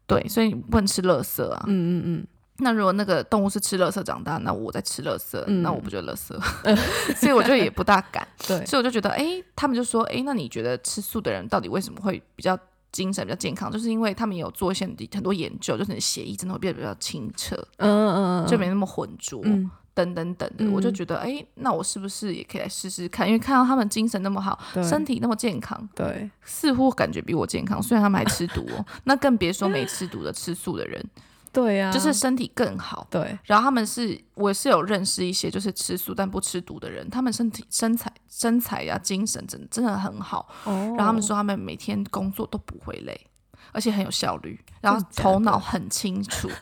Speaker 1: 对，所以你不能吃垃圾啊。
Speaker 2: 嗯嗯
Speaker 1: 那如果那个动物是吃垃圾长大，那我在吃垃圾，
Speaker 2: 嗯
Speaker 1: 那我不就垃圾？ 所以我就也不大敢。
Speaker 2: 嗯，对，
Speaker 1: 所以我就觉得，诶，他们就说，诶，那你觉得吃素的人到底为什么会比较精神比较健康？就是因为他们有做一些很多研究，就是你的血液真的会变得比较清澈，
Speaker 2: 嗯嗯嗯，
Speaker 1: 就没那么浑浊。
Speaker 2: 嗯
Speaker 1: 等等等的，
Speaker 2: 嗯
Speaker 1: 我就觉得，诶，那我是不是也可以来试试看？因为看到他们精神那么好，
Speaker 2: 对
Speaker 1: 身体那么健康，
Speaker 2: 对，
Speaker 1: 似乎感觉比我健康。虽然他们还吃毒 哦，那更别说没吃毒的吃素的人，
Speaker 2: 对呀，
Speaker 1: 就是身体更好。
Speaker 2: 对，
Speaker 1: 然后他们是，我是有认识一些就是吃素但不吃毒的人，他们身体、身材、身材呀、精神真真的很好。
Speaker 2: 哦，然
Speaker 1: 然后他们说他们每天工作都不会累，而且很有效率，然后
Speaker 2: 真的假的
Speaker 1: 头脑很清楚。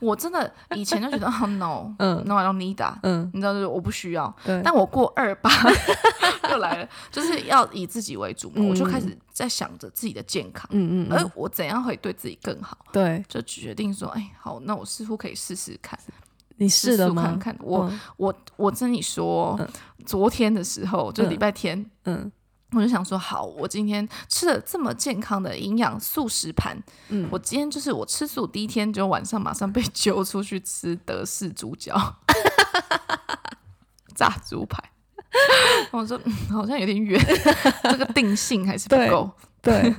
Speaker 1: 我真的以前就觉得哦 no，
Speaker 2: 嗯
Speaker 1: no I don't need that，
Speaker 2: 嗯，
Speaker 1: 你知道就是我不需要。
Speaker 2: 对，
Speaker 1: 但我过二八 又来了，就是要以自己为主嘛，我就开始在想着自己的健康，
Speaker 2: 嗯嗯嗯嗯，
Speaker 1: 而我怎样会对自己更好，
Speaker 2: 对
Speaker 1: 就决定说，哎，好，那我似乎可以试试看。
Speaker 2: 你试了
Speaker 1: 速
Speaker 2: 吗
Speaker 1: 看？看我、
Speaker 2: 嗯
Speaker 1: 我我跟你说，昨天的时候就礼拜天，
Speaker 2: 嗯
Speaker 1: 我就想说，好，我今天吃了这么健康的营养素食盘，
Speaker 2: 嗯
Speaker 1: 我今天就是我吃素第一天，就晚上马上被 揪出去吃德式猪脚， 炸猪排。我说、嗯好像有点远，这个定性还是不
Speaker 2: 对
Speaker 1: 够。
Speaker 2: 对，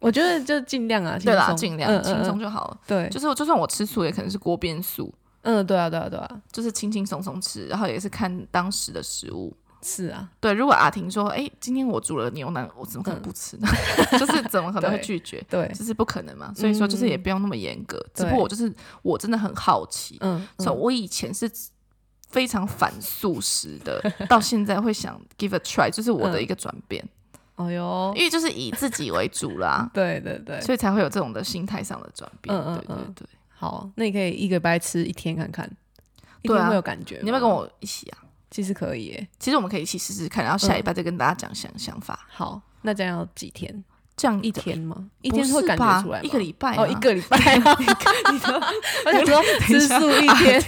Speaker 2: 我觉得就尽量啊，
Speaker 1: 对啦，
Speaker 2: 轻松
Speaker 1: 尽
Speaker 2: 嗯
Speaker 1: 量
Speaker 2: 嗯
Speaker 1: 轻松
Speaker 2: 嗯
Speaker 1: 就好了。
Speaker 2: 对，
Speaker 1: 就是我就算我吃素，也可能是锅边素，
Speaker 2: 嗯，对啊，对啊，对啊，
Speaker 1: 就是轻轻松松吃，然后也是看当时的食物。
Speaker 2: 是啊，
Speaker 1: 对，如果阿婷说：“哎，今天我煮了牛腩，我怎么可能不吃呢？” 就是怎么可能会
Speaker 2: 嗯对
Speaker 1: 拒绝？
Speaker 2: 对，
Speaker 1: 这是不可能嘛。所以说，就是也不用那么严格。只不过我就是我真的很好奇，
Speaker 2: 嗯，嗯
Speaker 1: 所以我以前是非常反素食的，到现在会想 give a try，就是我
Speaker 2: 嗯
Speaker 1: 的一个转变，
Speaker 2: 哦哟，，
Speaker 1: 因为就是以自己为主啦
Speaker 2: 对对对，
Speaker 1: 所以才会有这种的心态上的转变。
Speaker 2: 嗯嗯嗯
Speaker 1: 对对
Speaker 2: 嗯
Speaker 1: 对，
Speaker 2: 好，那你可以一个礼拜吃一天看看，一
Speaker 1: 对啊
Speaker 2: 天会有感觉。
Speaker 1: 你要不要跟？我一起啊？
Speaker 2: 其实可以耶。
Speaker 1: 其实我们可以一起试试看，然后下一拜再跟大家讲想想法。
Speaker 2: 好，那这样要几天？
Speaker 1: 这样
Speaker 2: 一天吗？一
Speaker 1: 一
Speaker 2: 天会感觉出来吗？
Speaker 1: 一个礼拜
Speaker 2: 哦，
Speaker 1: 啊
Speaker 2: 一个礼拜 啊。你说， 我想说
Speaker 1: 一
Speaker 2: 吃
Speaker 1: 下
Speaker 2: 素一天，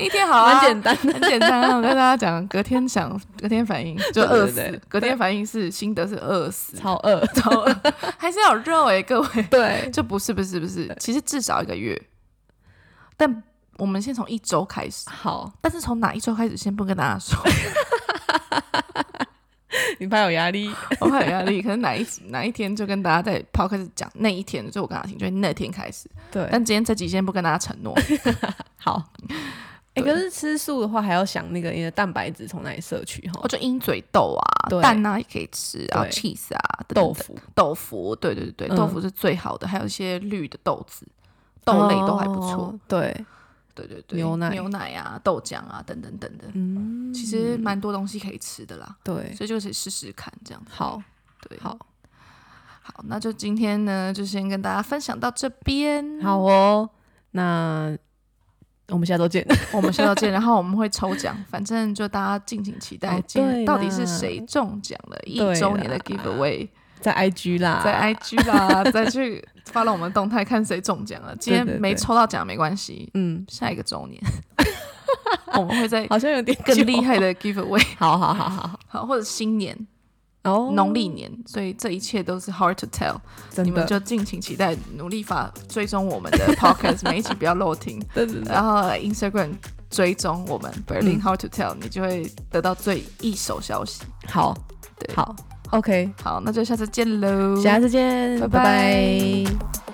Speaker 1: 一天啊好啊，
Speaker 2: 蛮简单的。
Speaker 1: 很简单啊，我跟大家讲，隔天想，隔天反应就饿
Speaker 2: 对对对
Speaker 1: 死，隔天反应是心得是饿死，
Speaker 2: 超饿，
Speaker 1: 超饿，还是要有肉哎、各位，
Speaker 2: 对，
Speaker 1: 这不是不是不是，其实至少一个月，但我们先从一周开始，
Speaker 2: 好，
Speaker 1: 但是从哪一周开始先不跟大家说，
Speaker 2: 你怕有压力？
Speaker 1: 我怕有压力。可能哪一哪一天就跟大家在 podcast 讲那一天，所以我跟他听，就那天开始。
Speaker 2: 对，
Speaker 1: 但今天这集先不跟大家承诺，
Speaker 2: 好。哎、
Speaker 1: 对
Speaker 2: 可是吃素的话，还要想那个你的蛋白质从哪里摄取哈
Speaker 1: 我、。就鹰嘴豆啊
Speaker 2: 对、
Speaker 1: 蛋啊也可以吃啊、
Speaker 2: 对
Speaker 1: cheese 啊、等等
Speaker 2: 豆、腐
Speaker 1: 豆腐，对对对对，
Speaker 2: 嗯
Speaker 1: 豆腐是最好的，还有一些绿的豆子。豆类都还不错，
Speaker 2: 哦对，
Speaker 1: 对对对，
Speaker 2: 牛奶
Speaker 1: 牛奶啊、豆浆啊，等等等等，
Speaker 2: 嗯，
Speaker 1: 其实蛮多东西可以吃的啦，
Speaker 2: 对，
Speaker 1: 所以就可以试试看这样子。
Speaker 2: 好
Speaker 1: 对，
Speaker 2: 好
Speaker 1: 好，那就今天呢，就先跟大家分享到这边，
Speaker 2: 好哦。那我们下周见。
Speaker 1: 我们下周 见，然后我们会抽奖，反正就大家敬请期待
Speaker 2: 哦，
Speaker 1: 今
Speaker 2: 对啦
Speaker 1: 到底是谁中奖了一
Speaker 2: 对
Speaker 1: 周年的
Speaker 2: 啦
Speaker 1: giveaway，
Speaker 2: 在 IG 啦，
Speaker 1: 在 IG 啦，再去发了我们的动态看谁中奖了，今天
Speaker 2: 对对
Speaker 1: 没抽到奖没关系，
Speaker 2: 嗯，
Speaker 1: 下一个周 年我们会再
Speaker 2: 好像有点
Speaker 1: 更
Speaker 2: 久
Speaker 1: 厉。害的 giveaway，
Speaker 2: 好好好好，
Speaker 1: 好，或者新年。
Speaker 2: 哦，
Speaker 1: 农历年，所以这一切都是 hard to tell。
Speaker 2: 真
Speaker 1: 你们
Speaker 2: 的，
Speaker 1: 就敬请期待，努力法追踪我们 的 podcast，每一集不要漏 听，
Speaker 2: 对对对，
Speaker 1: 然后 Instagram 追踪我们 Berlin
Speaker 2: 嗯
Speaker 1: hard to tell，、你就会得到最一手消息。
Speaker 2: 好，
Speaker 1: 对
Speaker 2: 好，OK，
Speaker 1: 好，那就下次见喽，
Speaker 2: 下次见，
Speaker 1: 拜拜
Speaker 2: 拜拜